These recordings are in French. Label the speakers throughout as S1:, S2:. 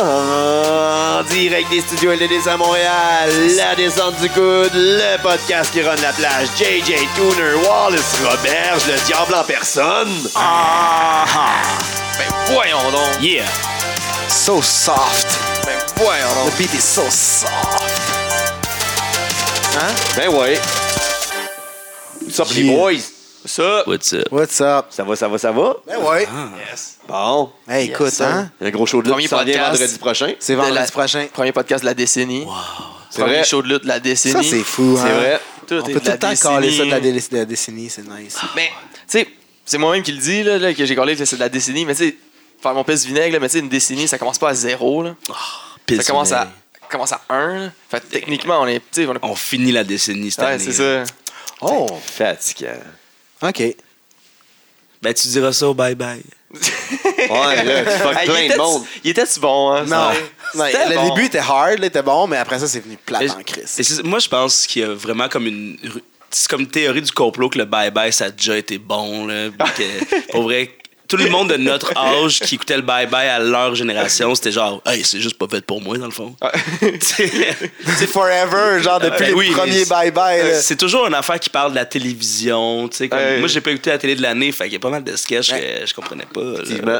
S1: En direct des studios LDDC à Montréal, La Descente du Coude, le podcast qui run la plage, JJ Tooner, Wallace Roberge, le diable en personne.
S2: Ah ah.
S3: Ben voyons donc.
S2: Yeah.
S4: So soft.
S3: Ben voyons donc.
S4: The beat is so soft. Hein?
S1: Ben ouais. What's up, les
S4: Yeah.
S1: boys?
S3: Ça.
S2: What's up?
S4: What's up?
S1: Ça va, ça va, ça va?
S4: Ben ouais.
S3: Yes.
S1: Bon.
S4: Hey, écoute,
S3: sir.
S4: hein?
S1: Un gros show de lutte
S3: Premier
S1: qui s'en vient
S3: podcast.
S1: vendredi prochain.
S4: C'est
S3: De
S4: vendredi
S3: la-
S4: prochain.
S3: Premier podcast de la décennie.
S1: C'est
S3: Premier
S1: vrai.
S3: show de lutte de la
S4: Ça,
S3: décennie.
S4: c'est fou, hein?
S1: C'est vrai.
S3: Tout
S4: On
S3: est
S4: peut
S3: de
S4: tout
S3: la
S4: le temps caler ça de la,
S3: décennie.
S4: dé- de la décennie, c'est nice.
S3: Mais, tu sais, c'est moi-même qui le dis, là, là, que j'ai collé que c'est de la décennie, mais tu sais, faire mon pisse vinaigre, là, mais tu sais, une décennie, ça commence pas à zéro, là. Ça commence à, commence à un, là. Fait que techniquement, on est, tu sais, on est...
S2: On finit la décennie cette
S3: Ouais,
S2: année.
S3: c'est ça.
S4: Oh,
S1: Fatigant.
S4: OK.
S2: Ben, tu diras ça au bye-bye.
S1: Ouais, là, Euh, tu fuck
S3: Hey, il
S1: plein de
S3: était-
S1: monde.
S3: Il était-tu bon, hein?
S4: Non.
S3: ça?
S4: Non,
S3: C'était
S4: le
S3: bon.
S4: début était hard, là, était bon, mais après ça, c'est venu
S2: Et-
S4: plate en crise.
S2: et c'est- moi, je pense qu'il y a vraiment comme une. C'est comme une théorie du complot que le bye-bye, ça a déjà été bon. Là, puis que, pour vrai, tout le monde de notre âge qui écoutait le bye-bye à leur génération, c'était genre, hey, c'est juste pas fait pour moi, dans le fond.
S4: C'est forever, genre depuis
S2: Ben
S4: les
S2: oui, mais
S4: premiers
S2: c'est-
S4: bye-bye. là.
S2: c'est toujours une affaire qui parle de la télévision. tu sais, Comme,
S3: Ouais.
S2: Moi, j'ai pas écouté la télé de l'année, fait qu'il y a pas mal de sketchs que je comprenais pas. là.
S1: Effectivement.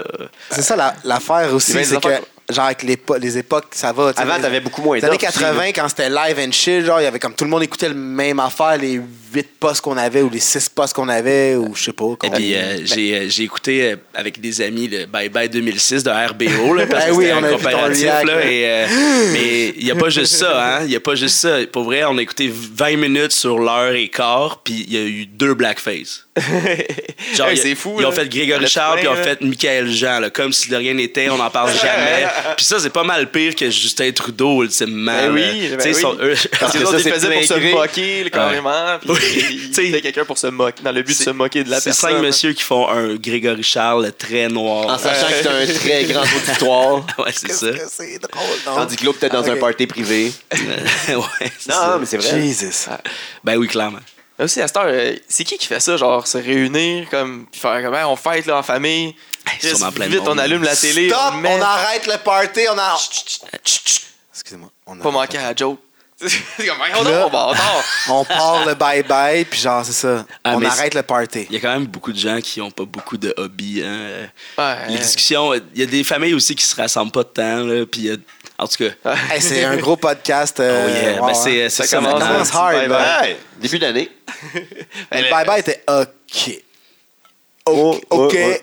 S4: C'est ça la- l'affaire aussi,
S3: Il y a
S4: c'est
S3: des
S4: que
S3: affaires-
S4: genre avec les, po- les époques, ça va. tu sais,
S1: Avant,
S4: les-
S1: t'avais beaucoup moins
S4: Les années
S1: d'offres
S4: 80, quand c'était live and shit, genre, il y avait comme tout le monde écoutait le même affaire, les 8 postes qu'on avait ou les 6 postes qu'on avait, ou je sais pas.
S2: Et
S4: qu'on-
S2: puis, euh, j'ai, euh, j'ai écouté euh, avec des amis le Bye Bye 2006 de RBO, là,
S3: Ah
S2: parce que
S4: Eh oui,
S2: c'était
S4: on
S2: un
S4: a vu ton
S2: comparatif.
S4: react,
S2: là,
S4: là.
S2: et, euh, mais il n'y a pas juste ça. hein. Il n'y a pas juste ça. Pour vrai, on a écouté 20 minutes sur l'heure et quart, puis il y a eu deux blackface. Genre,
S3: Hey,
S2: il y a-
S3: c'est fou.
S2: Ils ont
S3: là.
S2: fait Grégory
S3: Le
S2: Charles,
S3: train,
S2: puis ils ont
S3: là.
S2: fait Michael Jean, là, comme si de rien n'était, on n'en parle jamais. puis ça, c'est pas mal pire que Justin Trudeau, ultimement.
S3: Ben
S2: là.
S3: oui, ben
S2: Tu sais, ils
S3: oui.
S2: sont- eux-
S3: Parce que les
S1: ça,
S3: autres, ils
S1: c'est
S3: faisaient pour
S1: plingué.
S3: se moquer, là, carrément.
S2: Oui.
S3: Puis,
S2: T'sais,
S3: il y quelqu'un pour se moquer, dans le but de
S2: c'est-
S3: se moquer de la
S2: c'est
S3: personne. Ah,
S2: cinq messieurs qui font un Grégory Charles très noir.
S1: En sachant que c'est un très grand auditoire.
S2: ouais, c'est
S4: Qu'est-ce
S2: ça.
S4: que Euh, c'est drôle, non? Ah,
S1: Tandis que l'autre, peut-être dans
S4: Ok.
S1: un party privé.
S2: Euh, ouais, c'est
S1: Non,
S2: ça.
S1: mais c'est vrai.
S4: Jesus.
S2: Ben oui, clairement.
S3: Mais aussi, à cette heure, euh, c'est qui qui fait ça, genre, se réunir, comme, puis faire comme, Hey, on fête, là, en famille. Chris,
S2: sûrement plein de
S3: vite,
S2: monde.
S3: on allume la télé.
S4: Stop!
S3: on, met-
S4: On arrête le party, on a. Excusez-moi. on
S3: Pas
S4: arrête.
S3: manquer à la joke. c'est comme, Hey, on
S4: Là-
S3: dort, on dort.
S4: On part le bye-bye, puis genre, c'est ça.
S2: Ah,
S4: on
S2: mais
S4: arrête le party.
S2: Il y a quand même beaucoup de gens qui n'ont pas beaucoup de hobbies. hein. Euh,
S3: Ouais.
S2: Les discussions, euh, il y a des familles aussi qui se rassemblent pas de temps. là, puis il y a- en tout cas,
S4: Hey, c'est un gros podcast. euh,
S2: oh yeah,
S4: ouais,
S2: ben c'est
S1: Eh,
S4: ouais.
S2: c'est
S3: Ça
S2: ça
S3: commence-
S4: Ça
S2: maintenant.
S4: commence hard, là.
S1: Hey, début d'année. Eh,
S4: Le bye-bye était OK. OK.
S1: Oh,
S4: OK.
S1: ouais, ouais.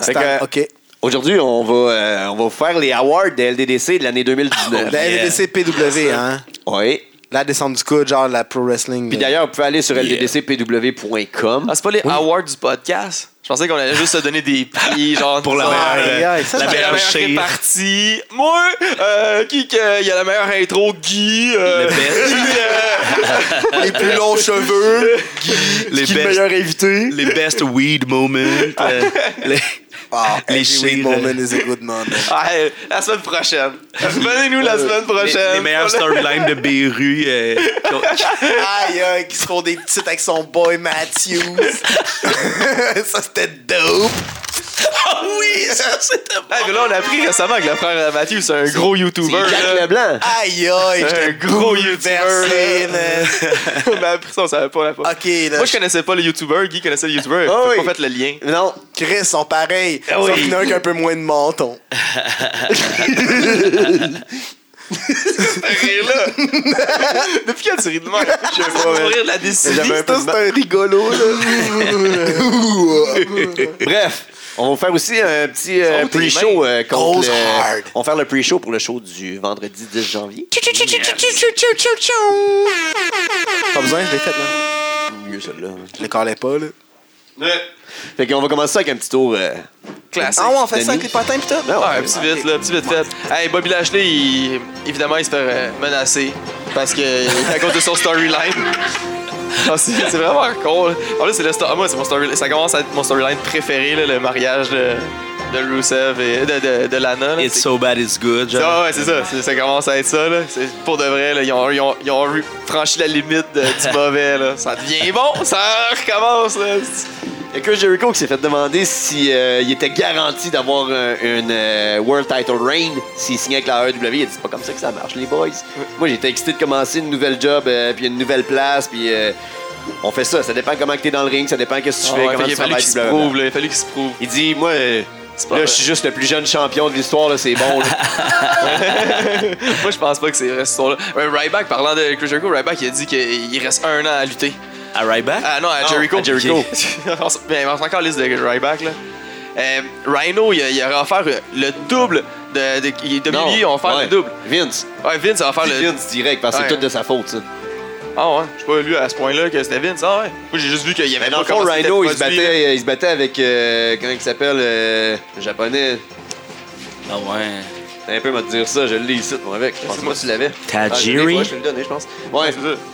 S1: Fait
S4: C'était
S1: que-
S4: OK.
S1: Aujourd'hui, on va, euh, on va vous faire les awards de LDDC de l'année 2019.
S4: La
S2: yeah.
S4: LDCPW, hein?
S1: oui.
S4: La descente du coude, genre la pro wrestling.
S1: Puis
S4: euh,
S1: d'ailleurs, vous pouvez aller sur
S2: Yeah.
S1: lddcpw.com.
S3: Ah, c'est pas les awards du podcast? Je pensais qu'on allait juste se donner des prix, genre...
S2: Pour la
S3: disons,
S2: meilleure,
S4: aïe,
S2: euh,
S4: aïe, ça,
S2: la
S3: Qui a la
S2: meilleure
S3: meilleure
S2: chire.
S3: répartie? Moi, euh, qui que- y a la meilleure intro? Guy. euh,
S2: Le best.
S3: qui, euh,
S4: Les plus longs cheveux.
S2: les,
S4: Qui est le
S2: best,
S4: meilleur invité?
S2: les best weed moments. euh, les-
S4: Ah,
S2: Les
S4: every
S2: shades.
S4: weed moment is a good moment.
S3: ouais, la semaine prochaine. Venez-nous la semaine prochaine.
S2: les, les meilleures storylines de Beru. euh, qu'on-
S4: Aïe, aïe, qui se font des petites avec son boy Matthews. ça, c'était dope.
S2: Ah oui, ça, c'était bon.
S3: Hey, mais là, on a appris récemment que le frère à Mathieu, c'est un gros YouTuber.
S1: Jack
S3: là.
S1: Leblanc.
S4: Aïe, aïe, j'étais
S3: gros
S4: bouleversé,
S3: YouTuber.
S4: man.
S3: on a appris ça, on savait pas. on l'a pas.
S4: OK, là,
S3: Moi, je connaissais pas le YouTuber. Guy connaissait le YouTuber.
S1: Ah
S3: J'ai
S1: oui.
S3: pas fait le lien.
S1: Non,
S4: Chris sont pareils.
S2: Ah oui.
S4: Sauf qu'il y en a un qui a un peu moins de menton.
S3: là. Depuis quand tu ris de moi? Je sais pas, rire de la décision.
S1: J'avais un peu
S4: Ça,
S1: de
S4: c'est un rigolo, là.
S1: Bref, on va faire aussi un petit euh,
S3: Ça monte les
S1: pre-show.
S3: mains.
S1: euh, contre
S4: Goes
S1: le-
S4: hard.
S1: On va faire le pre-show pour le show du vendredi 10 janvier.
S4: Pas besoin, je l'ai fait, là.
S1: Mieux celle-là.
S4: Je le calais pas, là.
S1: Fait qu'on va commencer ça avec un petit tour. euh,
S3: Classique.
S4: Ah, ouais, on fait
S1: Denis.
S4: ça avec les patins, putain?
S1: non,
S3: Ouais,
S1: euh,
S3: un petit vite, là, petit vite fait. Hey, Bobby Lashley, il- évidemment, il se fait euh, menacer parce que à cause de son storyline. Ah, c'est c'est vraiment cool. En plus, c'est le sto- ah, moi, c'est mon storyline. Ça commence à être mon storyline préféré, là, le mariage de, de Rusev et de, de, de Lana. là.
S2: It's
S3: C'est-
S2: so bad, it's good. genre.
S3: ah ouais, c'est ça. c'est- Ça commence à être ça, là. C'est pour de vrai, là. Ils ont, ils ont- ils ont euh, re- franchi la limite de- du mauvais, là. Ça devient bon, ça recommence, là.
S1: Il y a Chris Jericho qui s'est fait demander s'il si, euh, il était garanti d'avoir un- une euh, World Title Reign s'il signait avec la AEW. Il a dit c'est pas comme ça que ça marche, les boys. Moi, j'étais excité de commencer une nouvelle job, euh, puis une nouvelle place, puis euh, on fait ça. Ça dépend comment que t'es dans le ring, ça dépend qu'est-ce que tu
S3: Ah
S1: fais,
S3: ouais, fait
S1: comment
S3: qu'il
S1: tu
S3: a fallu
S1: travailles,
S3: qu'il se
S1: blablabla.
S3: prouve, là. Il a fallu qu'il se prouve.
S1: Il dit moi, euh,
S3: C'est pas
S1: là,
S3: vrai.
S1: je suis juste le plus jeune champion de l'histoire, là, c'est bon. là.
S3: Moi, je pense pas que c'est vrai, ce son-là. Ouais, Ryback, parlant de Chris Jericho, Ryback, il a dit qu'il reste un an à lutter.
S2: À Ryback?
S3: Ah non, à Jericho.
S2: à Jericho.
S3: Ok. On s- Mais il manque encore liste de Ryback, là. Euh, Rhino, il, il aurait offert euh, le double de. de il- WWE, ils ont offert
S1: ouais.
S3: le double.
S1: Vince.
S3: Ouais, Vince a offert
S1: Dis
S3: le.
S1: Vince direct, parce que c'est
S3: Ouais.
S1: tout de sa faute, ça.
S3: Ah ouais, je pas lu à ce point-là que c'était Vince. Ah ouais. Moi, j'ai juste vu qu'il y avait
S1: Mais dans le
S3: pas
S1: fond,
S3: comment c'était
S1: Rhino, il se,
S3: produit, là.
S1: battait, il se battait avec. euh, comment il s'appelle euh, Le japonais.
S2: Ah ouais.
S1: T'as un peu m'a dire ça, je l'ai ici, moi, avec. Je pense que moi, tu l'avais.
S2: Tajiri?
S1: Ah, je l'ai, ouais, je te le donnais, je pense. Ouais.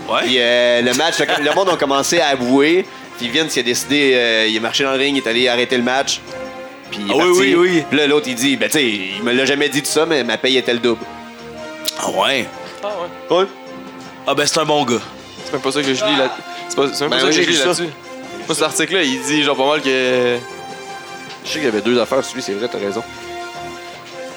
S2: Ouais.
S1: Puis euh, le match, le le monde a commencé à avouer. Puis Vince, il a décidé, euh, il est marché dans le ring, il est allé arrêter le match. Puis il est
S2: Ah oui,
S1: parti.
S2: oui, oui.
S1: Puis là, l'autre, il dit, ben, tu sais, il me l'a jamais dit tout ça, mais ma paye était le double.
S2: Ah ouais.
S3: Ah ouais.
S1: Ouais.
S2: Ah ben c'est un bon gars.
S3: C'est même pas ça que je lis là. C'est pas- c'est même
S1: Ben
S3: pas ça
S1: oui,
S3: que je
S1: j'ai
S3: lis
S1: lu ça.
S3: là-dessus. Moi, cet article-là, il dit genre pas mal que.
S1: Je sais qu'il y avait deux affaires sur lui, c'est vrai, t'as raison.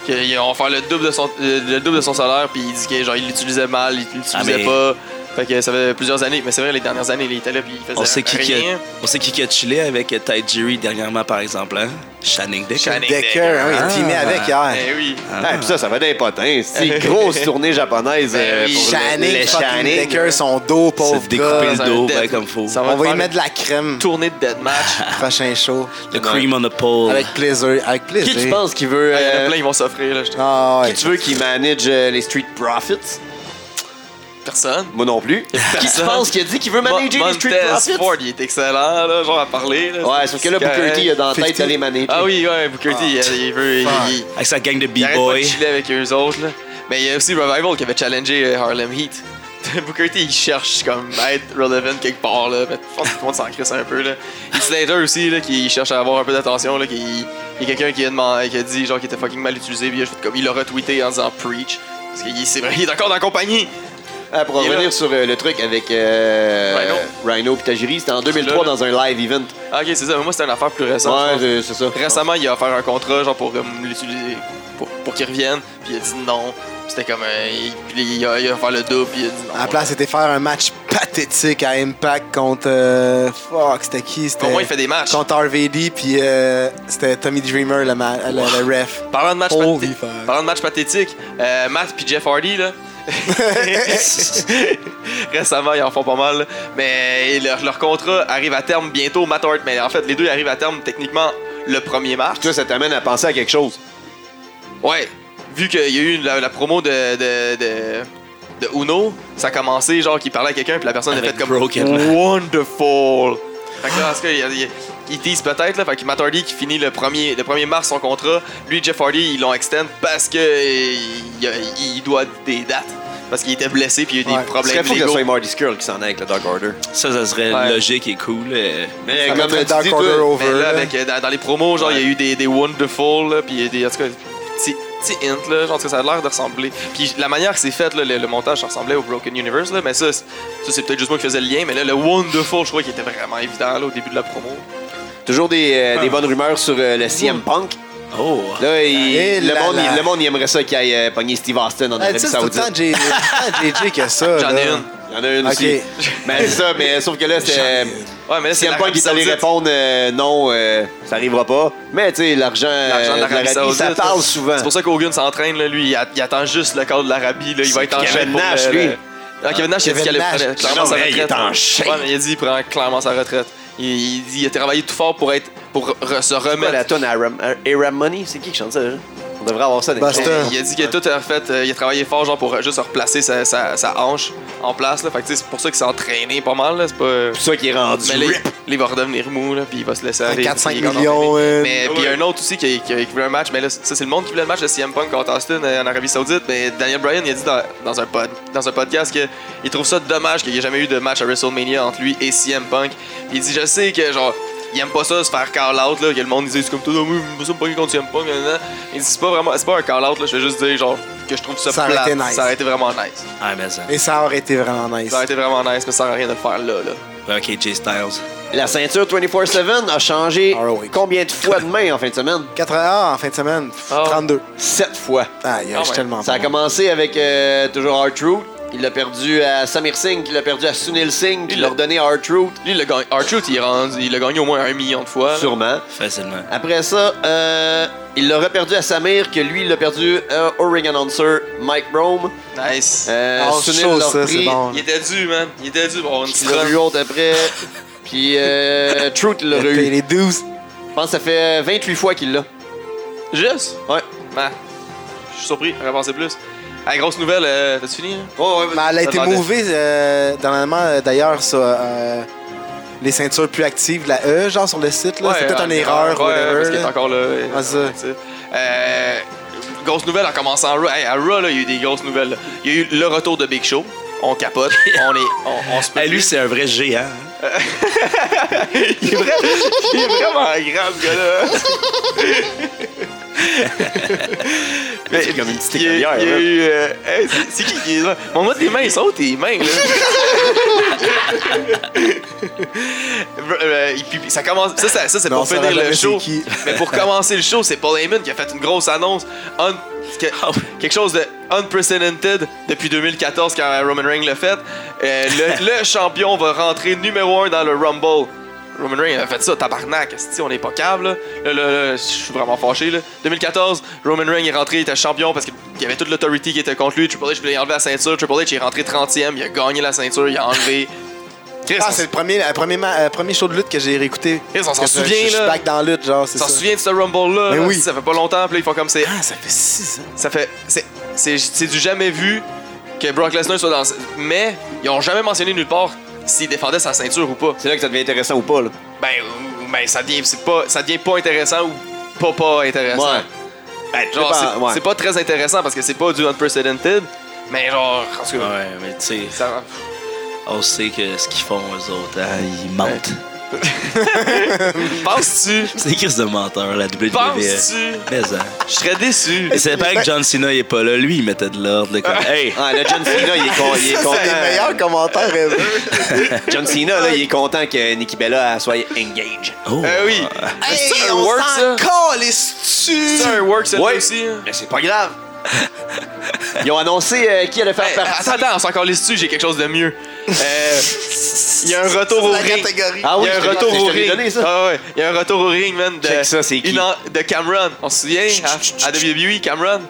S3: qu'ils vont faire le double de son euh, le double de son salaire puis il dit que genre il l'utilisait mal, il l'utilisait
S2: Ah, mais-
S3: pas. Fait que ça fait plusieurs années, mais c'est vrai les dernières années il était là puis il faisait
S2: On sait qui, qui a,
S3: rien.
S2: on sait qui qui a chillé avec euh, Ty Jerry dernièrement, par exemple. Hein? Shannon Decker.
S3: Shannon.
S4: Decker, hein, il a
S2: Ah.
S4: teamé avec hier.
S3: Eh oui.
S1: Ah, puis ça, ça va d'un potin. C'est une grosse tournée japonaise euh,
S3: Ben oui.
S1: pour le-
S4: Shannon,
S1: les
S4: fucking
S1: Shannon.
S4: Decker, son dos, pauvre
S2: Se découper
S4: gars.
S2: le
S3: un
S2: dos,
S3: dead-
S2: ben comme faut.
S3: ça
S4: On va y
S3: faire
S4: mettre de la crème.
S3: Tournée de deathmatch.
S4: Prochain show.
S2: Le cream on the pole.
S4: Avec plaisir. Avec
S1: Qui tu
S4: plaisir.
S1: penses qui veut.
S3: Ah, Il y en a
S1: euh,
S3: plein ils vont s'offrir là, je te-
S4: Ah ouais.
S1: qui tu veux qui manage euh, les Street Profits
S3: personne.
S1: Moi non plus. qui tu
S3: personne.
S1: penses qui a dit qu'il veut
S3: Mon-
S1: manager les Street
S3: Montez
S1: Profits
S3: Ford, il est excellent là, genre à parler là.
S1: Ouais,
S3: C'est-
S1: sauf que
S3: c'est
S1: là, Booker
S3: correct.
S1: T, il a dans la tête
S4: 50.
S1: d'aller manager.
S3: Ah oui, ouais, Booker T, il, il veut il, il,
S2: Avec sa gang de
S3: il arrête pas de
S2: B-boy.
S3: chiller avec eux autres là. Mais il y a aussi Revival qui avait challengé euh, Harlem Heat. Booker T, il cherche comme à être relevant quelque part là. Mais je pense que tout le monde s'en crisse un peu là. Et Slater aussi là, qui cherche à avoir un peu d'attention là, qui il y a quelqu'un qui a demandé, qui a dit genre qu'il était fucking mal utilisé, puis il a fait comme il l'a retweeté en disant preach. Parce que il- c'est vrai, il est encore dans la compagnie.
S1: Ah, pour
S3: Il est
S1: revenir
S3: là.
S1: sur euh, le truc avec euh,
S3: Rhino.
S1: Rhino et Tajiri, c'était en 2003
S3: Là, là.
S1: dans un live event.
S3: Ah, ok, c'est ça, mais moi c'est une affaire plus récente. je
S1: Ouais,
S3: pense.
S1: euh, c'est ça.
S3: Récemment, il a offert un contrat genre pour comme, l'utiliser pour, pour qu'il revienne, puis il a dit non. C'était comme un- il- puis il a, il a offert le double, puis il a dit non.
S4: À la place, c'était faire un match pathétique à Impact contre. euh, fuck, c'était qui C'était.
S3: Au moins, il fait des matchs.
S4: Contre RVD, puis euh, c'était Tommy Dreamer, le, ma- le- le ref.
S3: Parlant de match,
S4: Holy
S3: pathé-
S4: fuck.
S3: parlant de match pathétique, euh, Matt puis Jeff Hardy, là. Récemment, ils en font pas mal. là. Mais leur, leur contrat arrive à terme bientôt, Matt Hart. Mais en fait, les deux arrivent à terme techniquement le 1er mars.
S1: Toi, ça t'amène à penser à quelque chose.
S3: Ouais. Vu qu'il y a eu la, la promo de, de, de, de Uno, ça a commencé genre qu'il parlait à quelqu'un, puis la personne a
S2: Avec
S3: fait comme
S2: Broken Man.
S3: Wonderful! Fait que là, en tout cas, il, il, il tease peut-être, là. Fait que Matt Hardy qui finit le 1er, le 1er mars son contrat. Lui, Jeff Hardy, ils l'ont extend parce que euh, il, il- il doit des dates. Parce qu'il était blessé, puis il y a eu
S4: Ouais.
S3: des
S1: Ce serait
S3: problèmes
S1: fou que ce
S3: légaux.
S1: soit Marty Skrull qui s'en aille avec le Dark Order.
S2: Ça, ça serait
S3: Ouais.
S2: logique et cool. euh.
S1: Mais
S4: Ça
S1: comme
S4: mettrait
S1: tu
S4: le Dark
S1: dis,
S4: Order
S1: toi,
S4: over.
S3: Mais là,
S4: là.
S3: avec, euh, dans, dans les promos, genre, il y a
S1: Ouais.
S3: eu des, des Wonderful, là, puis il y a des, en tout cas, petits, petits hints, là, genre, en tout cas, ça a l'air de ressembler. Puis la manière que c'est fait, là, le, le montage, ça ressemblait au Broken Universe, là, mais ça, c'est- ça c'est peut-être juste moi qui faisais le lien, mais là, le Wonderful, je crois qu'il était vraiment évident, là, au début de la promo.
S1: toujours des, euh, des bonnes rumeurs sur euh, le CM Punk.
S2: Oh!
S1: Là, il-
S4: Eh
S1: le,
S4: là
S1: monde,
S4: là.
S1: il- le monde, il aimerait ça qu'il aille euh, pogner Steve Austin en
S4: Ah,
S1: Arabie
S4: tu sais, c'est tout le
S1: Saoudite.
S4: temps J- tout le temps JJ que ça.
S3: J'en ai
S4: là.
S3: une.
S1: Il y en a une
S4: Ok.
S1: aussi. Mais c'est ça, mais sauf que là, c'était.
S3: Ouais, mais là, c'est
S1: CM Punk
S3: l'Arabie
S1: est allé
S3: Saoudite.
S1: répondre euh, non, euh, ça arrivera pas. Mais tu sais, l'argent
S3: L'argent de
S1: euh,
S3: l'Arabie
S1: ça
S3: Saoudite.
S1: parle
S3: là.
S1: souvent.
S3: C'est pour ça qu'Hogan s'entraîne, là, lui, il, a- il attend juste le cadre de l'Arabie, là, il va être en
S1: Kevin
S3: chaîne pour
S1: Nash,
S3: le-
S1: lui.
S3: le- Non, Kevin Nash, il a dit
S4: Kevin
S3: qu'il allait
S4: Nash.
S3: prendre clairement
S1: Non,
S3: sa
S1: mais
S3: retraite.
S1: il est en
S3: là.
S1: shape.
S3: Ouais, mais il a dit qu'il prend clairement sa retraite. Il, il dit il a travaillé tout fort pour être pour re- se
S1: C'est quoi
S3: remettre
S1: la tonne Aram, Aram Money, c'est qui qui chante ça? hein? On devrait avoir ça dans les
S4: Busta.
S1: chansons.
S3: Il a dit que tout a fait, euh, il a travaillé fort genre pour euh, juste replacer sa, sa- sa hanche en place. Là. Fait que, tu sais, c'est pour ça qu'il s'est entraîné pas mal. là. C'est pas. euh,
S1: C'est pour ça qu'il est rendu.
S3: Mais là, il-
S1: rip.
S3: là, il va redevenir mou, là, puis il va se laisser aller.
S4: 4-5
S3: Il est content.
S4: millions, euh,
S3: Mais puis il y a un autre aussi qui, qui- qui voulait un match, mais là, ça c'est le monde qui voulait le match de CM Punk contre Austin euh, en Arabie Saoudite. Mais Daniel Bryan, il a dit dans, dans un, pod, dans un podcast qu'il trouve ça dommage qu'il n'y ait jamais eu de match à WrestleMania entre lui et CM Punk. Puis il dit Je sais que genre. Il aime pas ça, se faire call-out, là, que le monde dise comme tout, moi, je me pas contre CM Punk, nan, nan. Il dit, c'est pas vraiment, c'est pas un call-out, là, je vais juste dire, genre, que je trouve ça,
S4: Ça aurait
S3: plate.
S4: été nice.
S3: Ça aurait été vraiment nice.
S2: Ah, mais ça.
S4: Et ça aurait été vraiment nice.
S3: Ça aurait été vraiment nice, mais ça sert à rien de le faire là, là.
S2: avec AJ Styles.
S1: La ceinture 24-7 a changé
S4: ROH.
S1: combien de fois de main en fin de semaine?
S4: 4 heures en fin de semaine, pff,
S3: Ah.
S4: 32.
S1: Sept fois.
S4: Ah, il y a
S3: Ah
S4: je suis
S3: ouais.
S4: tellement
S1: Ça a
S4: bon.
S1: commencé avec euh, toujours R-Truth. Il l'a perdu à Samir Singh, qui l'a perdu à Sunil Singh, qui
S3: Il
S1: l'a
S3: l'a-
S1: redonné à R-Truth.
S3: Lui, il a gagné. R-Truth, il est rendu- il l'a gagné au moins un million de fois. là.
S1: Sûrement.
S2: Facilement.
S1: Après ça, euh, il l'a reperdu à Samir, que lui, il l'a perdu à Oregon Answer, Mike Brome.
S3: Nice.
S1: Euh,
S4: Ah,
S1: Sunil
S4: chaud,
S1: l'a
S4: ça,
S1: repris.
S4: c'est bon.
S3: Il était dû, man. Il était dû pour avoir une
S1: Il
S3: petite
S1: l'a
S3: run.
S1: eu autre après. Puis euh, Truth l'a
S4: Il a payé
S1: eu.
S4: les 12.
S1: Je pense que ça fait 28 fois qu'il l'a.
S3: Juste?
S1: Ouais.
S3: Ben, je suis surpris, j'aurais pensé plus. Ah, grosse nouvelle, euh, t'as-tu fini? là?
S1: Oh, ouais,
S4: Mais elle a été
S3: demandait.
S4: mouvée euh, dernièrement, euh, d'ailleurs, sur euh, les ceintures plus actives, la E, genre sur le site. là.
S3: Ouais,
S4: C'est peut-être
S3: euh,
S4: une erreur.
S3: Ouais,
S4: whatever,
S3: parce qu'il est
S4: là.
S3: encore là.
S4: Ah, c'est ça.
S3: tu sais. Euh, grosse nouvelle en commençant à Raw. Hey, à Raw, là, il y a eu des grosses nouvelles. là. Il y a eu le retour de Big Show. On capote. on, est, on, on se peut
S2: Hey, lui,
S3: plus.
S2: c'est un vrai géant. hein.
S3: il, est vraiment, il est vraiment grand, ce gars-là. Mais
S1: C'est comme une petite
S3: il y a-
S1: écolière,
S3: il y a
S1: là.
S3: eu, euh, hey, c'est- C'est qui qui est là? Mon moi, tes mains, ils sont où tes mains, là? Euh, et puis, ça commence. Ça, ça, ça, c'est
S4: Mais on
S3: pour
S4: saura
S3: finir le
S4: jamais c'est
S3: show.
S4: qui.
S3: Mais pour commencer le show, c'est Paul Heyman qui a fait une grosse annonce. Un- que-
S2: Ah ouais.
S3: quelque chose de unprecedented depuis 2014 quand Roman Reigns l'a fait. Euh, le, le champion va rentrer numéro 1 dans le Rumble. Roman Reigns a fait ça, tabarnak, si on est pas câble. Là, Là, là, là, je suis vraiment fâché. Là. 2014, Roman Reigns est rentré, il était champion parce qu'il y avait toute l'autorité qui était contre lui. Triple H voulait enlever la ceinture. Triple H est rentré 30e, il a gagné la ceinture, il a enlevé. Chris,
S4: Ah,
S3: on
S4: c'est le premier, la premier, ma- euh, premier show de lutte que j'ai réécouté.
S3: Chris, on s'en
S4: Parce que je-
S3: souvient,
S4: je- Je
S3: là.
S4: suis back dans la lutte, genre, c'est
S3: s'en
S4: ça.
S3: souvient de ce Rumble-là.
S4: Mais
S3: là?
S4: oui.
S3: Ça fait pas longtemps, puis là, ils font comme c'est.
S4: Ah, ça fait 6 ans.
S3: Ça fait. c'est- C'est c'est du jamais vu que Brock Lesnar soit dans. ce- Mais ils ont jamais mentionné nulle part s'il défendait sa ceinture ou pas.
S1: C'est là que ça devient intéressant ou pas, là.
S3: Ben, ou- ben ça devient c'est pas ça devient pas intéressant ou pas pas intéressant.
S1: Ouais. Ben,
S3: Genre
S1: ça
S3: c'est
S1: dépend, ouais.
S3: c'est pas très intéressant parce que c'est pas du unprecedented, mais genre en tout cas,
S2: Ouais, mais tu sais,
S3: ça-
S2: on sait que ce qu'ils font, eux autres, hein, ils mentent.
S3: penses-tu
S2: C'est des crises de menteurs, la WWE.
S3: penses-tu
S2: Mais hein.
S3: je serais déçu.
S2: Et C'est pas que John Cena il est pas là, lui il mettait de l'ordre. là, Comme, hey,
S1: Ah, là, John Cena, il est, con- il est
S4: Ça,
S1: content.
S4: c'est les meilleurs commentaires ever.
S1: John Cena, là, il est content que Nikki Bella elle soit engage.
S2: oh,
S3: Euh, oui.
S4: Hey,
S3: un
S4: on
S3: work, ça?
S4: s'en calisse
S3: C'est un work ça
S1: Ouais.
S3: aussi. hein?
S1: Mais c'est pas grave. Ils ont annoncé euh, qui allait faire
S3: Hey,
S1: partie.
S3: Eh, attends, attends, on s'en calisse dessus, j'ai quelque chose de mieux. Euh, Il y a un retour au
S4: la
S3: ring.
S4: catégorie.
S1: Ah
S3: Il
S1: oui,
S3: y a
S1: je
S3: un
S1: te l'ai-
S3: retour
S1: je
S3: au
S1: te l'ai
S3: ring.
S1: donné, ça.
S3: Ah ouais, il y a un retour au ring, man. De,
S1: Check ça, c'est qui?
S3: une an- de Cameron. On se souvient, à, à WWE, Cameron. Tu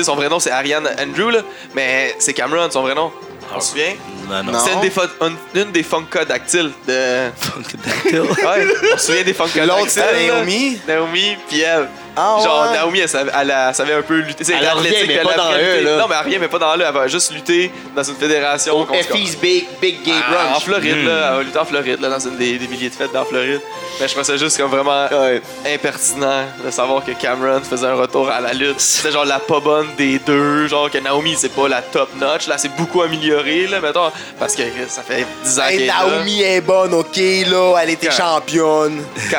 S3: sais, son vrai nom, c'est Ariane Andrew, là. Mais c'est Cameron, son vrai nom. On se souvient?
S2: non, non.
S4: Non.
S3: C'est une des, fo- une- une des Funkadactyles de...
S2: Funkadactyl.
S3: Ouais, on se souvient des
S4: L'autre,
S3: Funkadactyls.
S4: c'est
S3: là.
S4: Naomi.
S3: Naomi, puis elle.
S4: Ah
S3: Genre,
S4: ouais.
S3: Naomi, elle savait, elle, elle savait un peu lutter. Tu sais,
S1: Elle en revient,
S3: l'athlétique,
S1: mais
S3: elle
S1: pas dans
S3: apprenait à
S1: eux,
S3: lutter.
S1: là.
S3: Non, mais elle revient, mais pas dans eux. Elle va juste lutter dans une fédération.
S1: Au
S3: contre-
S1: FE's Big, Big Gay
S3: ah, en
S1: Brunch. Hmm.
S3: Floride,
S2: Mm.
S3: là, elle va lutter en Floride, là, dans une des, des milliers de fêtes dans Floride. Mais je pensais juste comme vraiment
S1: Ouais.
S3: impertinent de savoir que Cameron faisait un retour à la lutte. C'était genre la pas bonne des deux, genre que Naomi, c'est pas la top notch. Là, c'est beaucoup amélioré, là, mettons, parce que ça fait 10 ans qu'elle
S4: Hey,
S3: est là.
S4: Naomi est bonne, ok, là. Elle était
S3: Quand-
S4: championne.
S3: Quand,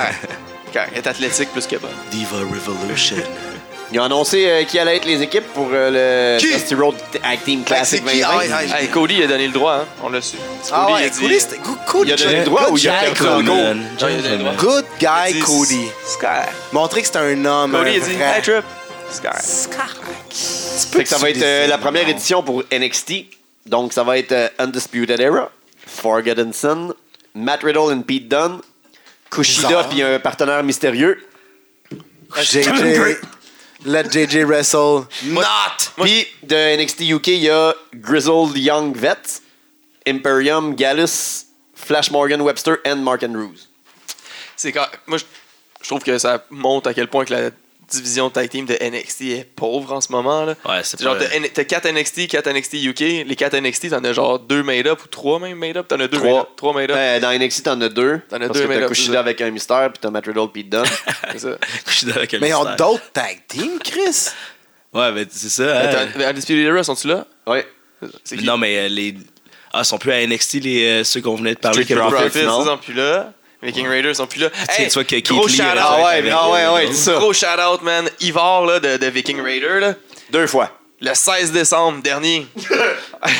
S3: quand elle est athlétique plus que bonne.
S2: Diva Revolution.
S1: Ils ont annoncé euh, qui allaient être les équipes pour euh, le
S4: Qui?
S1: Dusty Road Tag Team
S2: Ben,
S1: Classic
S4: c'est qui?
S1: 2020.
S4: Ah, ouais, ouais.
S3: Hey, Cody, il a donné le droit, hein. On l'a su.
S4: Ah
S3: Cody,
S4: ouais,
S3: a dit-
S4: Cody, c'était good, good
S1: Il a donné
S4: guy.
S1: le droit ou il a
S4: Good
S1: perdu
S4: guy,
S1: le goal?
S2: Gentleman. Gentleman.
S4: Good
S3: a
S4: guy,
S3: dit,
S4: Cody.
S3: Sky.
S4: Montrer que c'est un homme.
S3: Cody,
S4: un
S3: il a dit,
S4: vrai.
S3: Hey, Trip. Sky.
S1: Fait que ça va être euh, la première édition pour NXT. Donc, ça va être euh, Undisputed Era, Forgotten Son, Matt Riddle et Pete Dunne, Kushida
S4: Bizarre.
S1: puis un partenaire mystérieux,
S4: JJ. Let JJ wrestle. Not!
S1: Puis de NXT UK, il y a Grizzled Young Vets, Imperium, Gallus, Flash Morgan Webster et Mark Andrews.
S3: c'est quand moi je, je trouve que ça montre à quel point que la division tag team de NXT est pauvre en ce moment là.
S2: Ouais, c'est
S3: genre
S2: pas-
S3: t'as N- t'as 4 NXT, 4 NXT UK, les 4 NXT t'en as genre 2 made up ou 3 même made up, t'en as 2
S1: Trois.
S3: made up, 3 made up.
S1: Euh, dans NXT, t'en as deux.
S3: T'en as
S1: parce
S3: deux,
S1: que
S3: mais
S1: t'as
S3: là, c'est
S1: Kushida
S3: ça.
S1: avec un mystère, puis t'as Matt Riddle, Pete Dunne.
S3: c'est ça. Euh,
S2: Je suis dans le
S4: Mais ils ont
S2: commissaire.
S4: d'autres tag teams, Chris.
S2: Ouais, mais c'est ça. hein.
S3: Attends, Undisputed Era sont-tu là
S1: ouais.
S3: C'est
S2: Mais
S3: qui
S2: Non, mais euh, les. Ah, ils sont plus à NXT, les, euh, ceux qu'on venait de parler.
S1: Street
S2: que-
S1: Profits,
S3: Profits, ils
S1: non.
S3: sont plus là. Les King Raiders sont plus là. Hey,
S2: Tiens-toi que
S3: gros
S2: Keith Lee,
S3: shout
S2: euh,
S1: Ah
S3: out.
S1: ouais, ah ouais, ouais, c'est ça.
S3: Gros shout out man, Ivar là de, de Viking Raider là.
S1: Deux fois.
S3: Le 16 décembre dernier,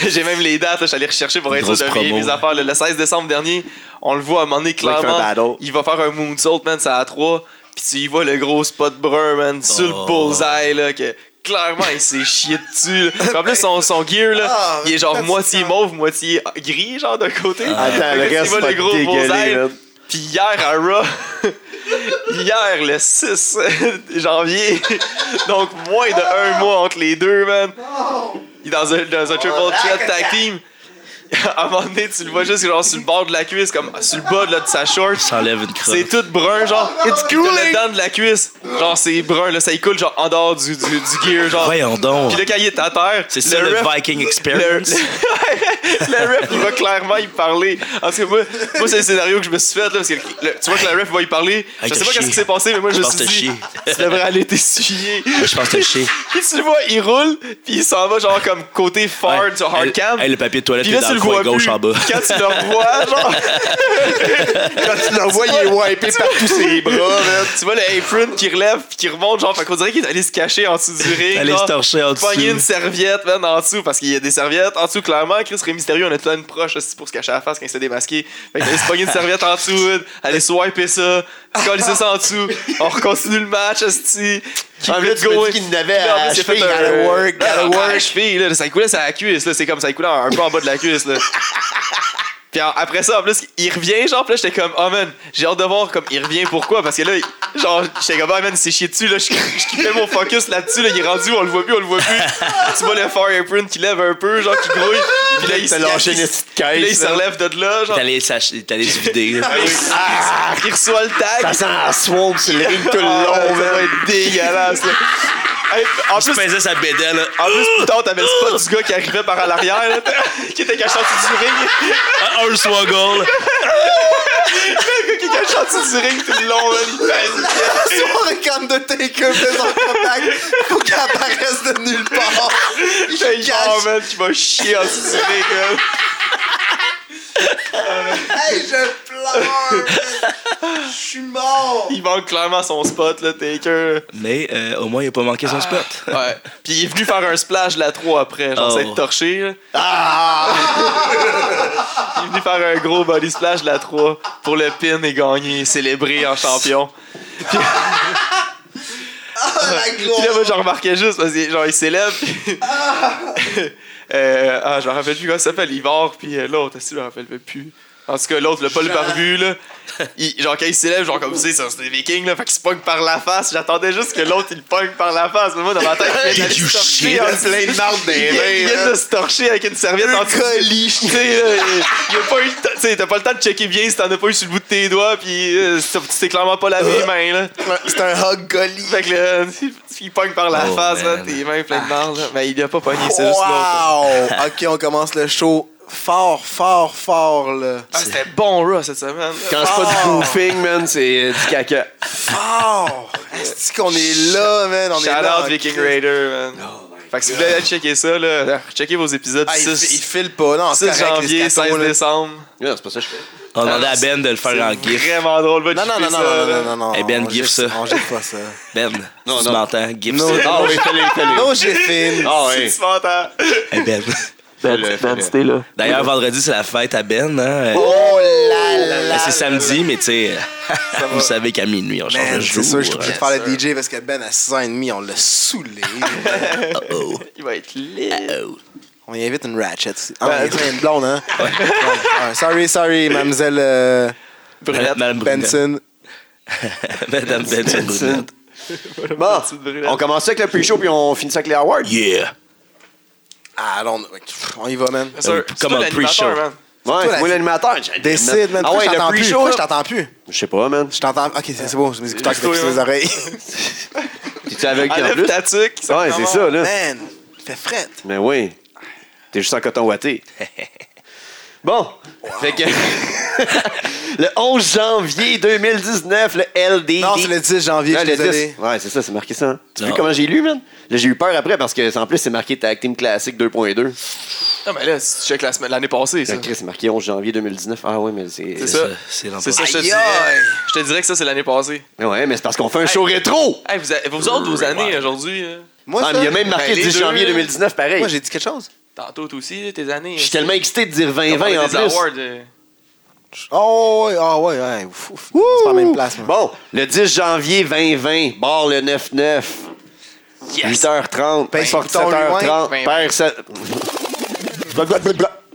S3: J'ai même les dates, là, je suis allé rechercher pour être sûr
S2: Grosse
S3: de mes,
S2: promo.
S3: mes affaires. là. Le 16 décembre dernier, on le voit à un moment donné
S1: va faire un battle.
S3: clairement. Il va faire un moonsault, man, ça à 3. Puis tu y vois le gros spot brun, man, sur le
S2: Oh.
S3: bullseye, là, que clairement, il s'est chié dessus. là. Puis En plus, son, son gear, là,
S4: Ah,
S3: il est genre
S4: fatigant.
S3: moitié mauve, moitié gris, genre, d'un côté.
S1: Attends, le
S3: Fait que
S1: gars,
S3: tu vois
S1: c'est pas
S3: le gros
S1: dégueulé,
S3: bullseye,
S1: man.
S3: Puis hier à Raw, hier le 6 janvier, donc moins de un mois entre les deux, man. Il est dans un, dans un triple threat tag team. À un moment donné, tu le vois juste genre sur le bord de la cuisse, comme ah, sur le bas de, là, de sa short.
S2: S'enlève une
S3: C'est
S2: crotte.
S3: tout brun, genre.
S4: It's
S3: Puis t'as
S4: cooling.
S3: Le dedans de la cuisse, genre c'est brun, là, ça y coule, genre en dehors du, du, du gear, genre.
S2: Voyons donc.
S3: Puis là, quand il est à terre,
S2: C'est ça le
S3: ref-
S2: Viking
S3: le,
S2: Experience.
S3: le- le ref, il va clairement y parler. En tout cas, moi, moi c'est le scénario que je me suis fait. Là, parce que le- tu vois que le ref va y parler.
S2: Hey,
S3: je sais pas
S2: t'as chié.
S3: qu'est-ce qui s'est passé, mais moi, je
S2: Je
S3: me
S2: pense
S3: suis
S2: que t'as
S3: dit,
S2: chié.
S3: tu devrais aller t'essuyer.
S2: Je pense que t'as chié.
S3: Puis tu le vois, il roule, puis il s'en va genre comme côté fard
S2: Ouais.
S3: sur hard
S2: Hey,
S3: cam.
S2: hey, le papier de toilette
S3: puis là,
S2: est dans
S3: tu
S2: le
S3: le
S2: coin
S3: vois
S2: gauche
S3: plus.
S2: en bas.
S3: Quand tu le revois, genre,
S4: Quand tu l'envoies, il est wipé par tous ses
S3: bras,
S4: bras.
S3: man, tu vois le apron qui relève puis qui remonte, genre, fait qu'on dirait qu'il est allé se cacher en dessous du ring.
S2: Allez
S3: genre.
S2: se torcher en dessous.
S3: pogner une serviette, man, en dessous, parce qu'il y a des serviettes en dessous, clairement. Chris Ray Mysterio, on a tout une proche aussi pour se cacher la face quand il s'est démasqué. Fait qu'il allait se pogner une serviette en dessous, man, aller swiper ça, se coller ça en dessous. On recontinue le match, esti.
S1: En plus, tu me dis qu'il n'avait
S3: Puis en plus,
S1: à achever, il
S3: il a fait un-
S1: allait work, il
S3: Ah,
S1: allait
S3: pas la
S1: work.
S3: cheville, là, ça coulait sur la cuisse, là, c'est comme ça coulait un peu en bas de la cuisse, là. Puis en- après ça, en plus, il revient, genre, puis là, j'étais comme, oh man, j'ai hâte de voir, comme, il revient pourquoi, parce que là, il- genre, j'étais comme, oh man, c'est chié dessus, là, je je quittais mon focus là-dessus, là, il est rendu, on le voit plus, on le voit plus. tu vois le fire print qui lève un peu, genre, qui grouille, puis là, il se
S1: T'as lâché une
S3: il-
S1: petite
S3: puis là, il
S1: caisse.
S3: se
S1: là.
S3: relève de là, genre.
S2: T'es allé s'ach- t'es allé se vider. là.
S3: Ah oui. il reçoit le tag.
S1: Ça sent la swamp sur le ring tout le
S3: Ah,
S1: long,
S3: ça
S1: man.
S3: va être dégueulasse, là. Hey, en
S2: Je
S3: plus,
S2: faisais sa bédaine. là.
S3: En plus, plus tard, t'avais le spot du gars qui arrivait par à l'arrière, là, qui était caché en dessous du ring.
S2: Ah, Un un swaggle.
S3: Le gars qui est caché en dessous du ring tout le long, là, il pèse.
S4: Soir, comme de Taker, mais en contact, faut qu'il apparaisse de nulle part. Il
S3: J'ai
S4: se
S3: genre,
S4: cache.
S3: man, qui va chier en dessous du ring, là.
S4: Hey, je pleure. man. Je suis mort.
S3: Il manque clairement son spot, là, Taker.
S2: Mais euh, au moins, il a pas
S3: Ah.
S2: manqué son spot.
S3: Ouais. Puis il est venu faire un splash de la 3 après, genre,
S2: Oh.
S3: s'être torché, là.
S1: Ah!
S3: Il est venu faire un gros body splash de la 3 pour le pin et gagner, célébrer en champion.
S4: Ah, la
S3: Puis là, moi,
S4: gloire.
S3: j'en remarquais juste parce que, genre, il s'élève. Puis... euh, ah, je me rappelle plus comment ça s'appelle, Ivor, puis euh, l'autre, aussi, je me rappelle plus. En tout cas, l'autre, le Paul
S4: Jean.
S3: Barbu, là. il- genre, quand il s'élève, genre, comme tu sais, ça, c'est des vikings, là. Fait qu'il se pogne par la face. J'attendais juste que l'autre, il le pogne par la face. Mais moi, dans ma tête, il vient d'aller
S2: you
S3: se torcher
S2: shit?
S3: en dessous-
S1: Plein de marde des
S3: il vient- il
S1: reins,
S3: vient
S1: là.
S3: de se torcher avec une serviette en dessous. Tu sais, là, il- il a pas eu le temps- tu sais, t'as pas le temps de checker bien si t'en as pas eu sur le bout de tes doigts, puis euh, tu t'es clairement pas lavé les mains, là.
S4: C'est un
S3: Oh,
S4: hug golly.
S3: Fait que là, il pogne par la
S2: Oh,
S3: face, là,
S2: man.
S3: tes mains pleines de marde, là. Mais il a pas pogné, c'est juste l'autre.
S4: Wow! Ok, on commence le show fort, fort, fort, là.
S3: Ah, c'était bon, Raw, cette semaine. là.
S1: Quand c'est pas
S3: Ah!
S1: du goofing, man, c'est euh, du caca.
S4: Fort! Est-ce qu'on est là, man? On est
S3: Shout
S4: là.
S3: out
S4: en
S3: Viking
S4: crise.
S3: Raider, man. fait que si vous voulez aller checker ça, là, checkez vos épisodes
S4: Ah,
S3: du
S4: il, fi- il
S3: 6,
S4: file pas. Non, c'est
S3: 6
S4: correct, les
S3: janvier,
S4: scatos,
S3: 16
S4: là.
S3: décembre.
S1: Non, c'est pas ça que je fais.
S2: On demandait à Ben de le faire en gif.
S3: Vraiment drôle, va
S4: Non, non,
S3: checker
S4: non,
S3: ça,
S4: non, non,
S3: là.
S4: non, non, non.
S2: Eh ben,
S4: on
S2: giffe
S4: giffe-
S2: ça.
S4: On giffe pas ça.
S2: Ben,
S1: Non,
S2: tu
S1: non.
S2: m'entends? Gif
S4: No,
S2: ça.
S1: Ah oui, fallait, fallait.
S4: No giffing.
S1: Ah
S3: Si
S1: oui.
S3: tu m'entends.
S2: Eh, Ben.
S1: Fais-le, fais-le.
S3: là.
S2: D'ailleurs, vendredi, c'est la fête à Ben. Hein?
S4: Oh là
S2: Ben,
S4: là.
S2: c'est samedi, mais tu sais, vous savez qu'à minuit, on change
S4: Man,
S2: de
S4: C'est
S2: jour. hein.
S4: sûr que je suis obligé de faire
S3: Yes,
S4: le DJ parce que Ben, à 6h30, on l'a saoulé.
S2: Oh,
S3: Il va être lit.
S2: oh.
S4: On y invite une ratchet. Ah, on y invite une blonde, hein? Ah, Sorry, sorry, mademoiselle euh,
S3: Brunette.
S2: Madame Brunette.
S4: Benson.
S2: Madame Benson Brunette.
S1: Bon,
S3: Petite brûlette.
S1: on commence ça avec le pre-show, puis on finit ça avec les awards.
S2: Yeah!
S4: Ah, alors, on- pff, on y va, man.
S3: Bien sûr, c'est
S2: Comme
S3: toi
S2: un
S3: l'animateur,
S2: pre-show.
S3: man.
S1: Ouais,
S4: la-
S1: c'est moi l'animateur. j'ai-
S4: Décide,
S1: Ah
S4: man. Pourquoi
S1: ouais,
S4: je
S1: le
S4: t'entends plus? Pourquoi
S1: pre-show,
S4: je
S1: là?
S4: t'entends plus?
S1: Je sais pas, man.
S4: Je t'entends... Ok, c'est c'est bon, c'est mes écouteurs qui
S3: Toi,
S4: fixent les
S3: hein.
S4: oreilles.
S1: T'es-tu aveugle en
S3: Enlève
S1: plus?
S3: ta tuque.
S1: Ouais, c'est ça, là.
S4: Oh, Man, il fait fret.
S1: Mais Ben oui. T'es juste en coton ouaté. Bon. Fait que. le 11 janvier 2019, le LDD.
S4: Non, c'est le 10 janvier,
S1: Ah,
S4: je suis
S1: le
S4: désolé.
S1: 10. Ouais, c'est ça, c'est marqué ça. hein. Tu
S2: Non.
S1: vois comment j'ai lu, man? Là, j'ai eu peur après parce que, en plus, c'est marqué Tag Team Classic 2.2.
S3: Non, mais là, si tu checkes la semaine- l'année passée, ça.
S1: Fait que, Chris, c'est marqué 11 janvier 2019. Ah ouais, mais c'est.
S3: C'est
S2: Ça,
S3: ça.
S2: c'est l'an
S3: C'est ça, je te
S4: Aïe,
S3: dirais.
S4: aïe.
S3: Je te dirais que ça, c'est l'année passée.
S1: Ouais, mais c'est parce qu'on fait un show
S3: Hey.
S1: rétro!
S3: Hey, vous, avez- vous autres, vos années aujourd'hui. hein?
S4: Moi,
S1: Ah,
S4: ça-
S1: mais il y a même marqué
S3: Ben, les
S1: 10
S3: deux,
S1: janvier
S3: là.
S1: 2019, pareil.
S4: Moi, j'ai dit quelque chose.
S3: Tantôt, toi aussi, tes années.
S1: Je suis tellement excité de dire 20-20 en
S3: Des
S1: plus.
S3: awards, euh,
S4: Oh, ouais, ah ouais, ouais. ouf, ouf. C'est pas la même place, moi.
S1: Bon, le 10 janvier 2020, barre le 9-9. 8h30,
S4: Pince
S1: porte
S4: ton
S1: 7h30,
S3: loin.
S1: perd sept-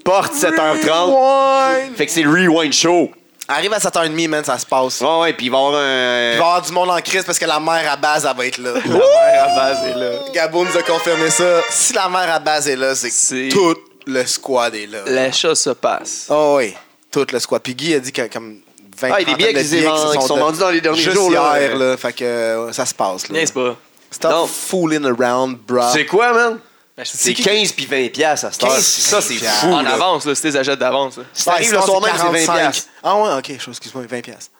S1: porte 7h30.
S4: Rewind.
S1: Fait que c'est le Rewind Show.
S4: Arrive à 7h30, man, ça se passe.
S1: Ouais, ouais, puis il va y avoir un.
S4: Il va y avoir du monde en crise parce que la mère à base, elle va être là.
S3: à base, et là.
S4: Gabo nous a confirmé ça. Si la mère à base est là, c'est
S3: C'est-
S4: que tout le squad est là.
S3: La chose se passe.
S4: Oh oui, tout le squad. Puis Guy a dit qu'il y a comme 20
S1: Ah, il y a des billets
S4: trentaine de
S1: qui s'est vend- qui sont
S4: de-
S1: vendus dans les derniers
S4: juste
S1: jours, là.
S4: hier, là. Fait que euh, ça se passe, là.
S3: Niaise pas.
S4: Stop
S1: Non.
S4: fooling around, bro.
S1: Ah. C'est quoi, man?
S3: Ben, je-
S1: C'est 15 puis 20 piastres à cette heure.
S4: 15
S1: Ça, c'est
S4: piastres.
S1: fou.
S3: En
S1: là.
S3: avance, là, si t'es achètes d'avance. là.
S1: Si t'arrives le soir même, c'est 20 piastres.
S4: Ah ouais, ok, je- excuse-moi, 20 piastres.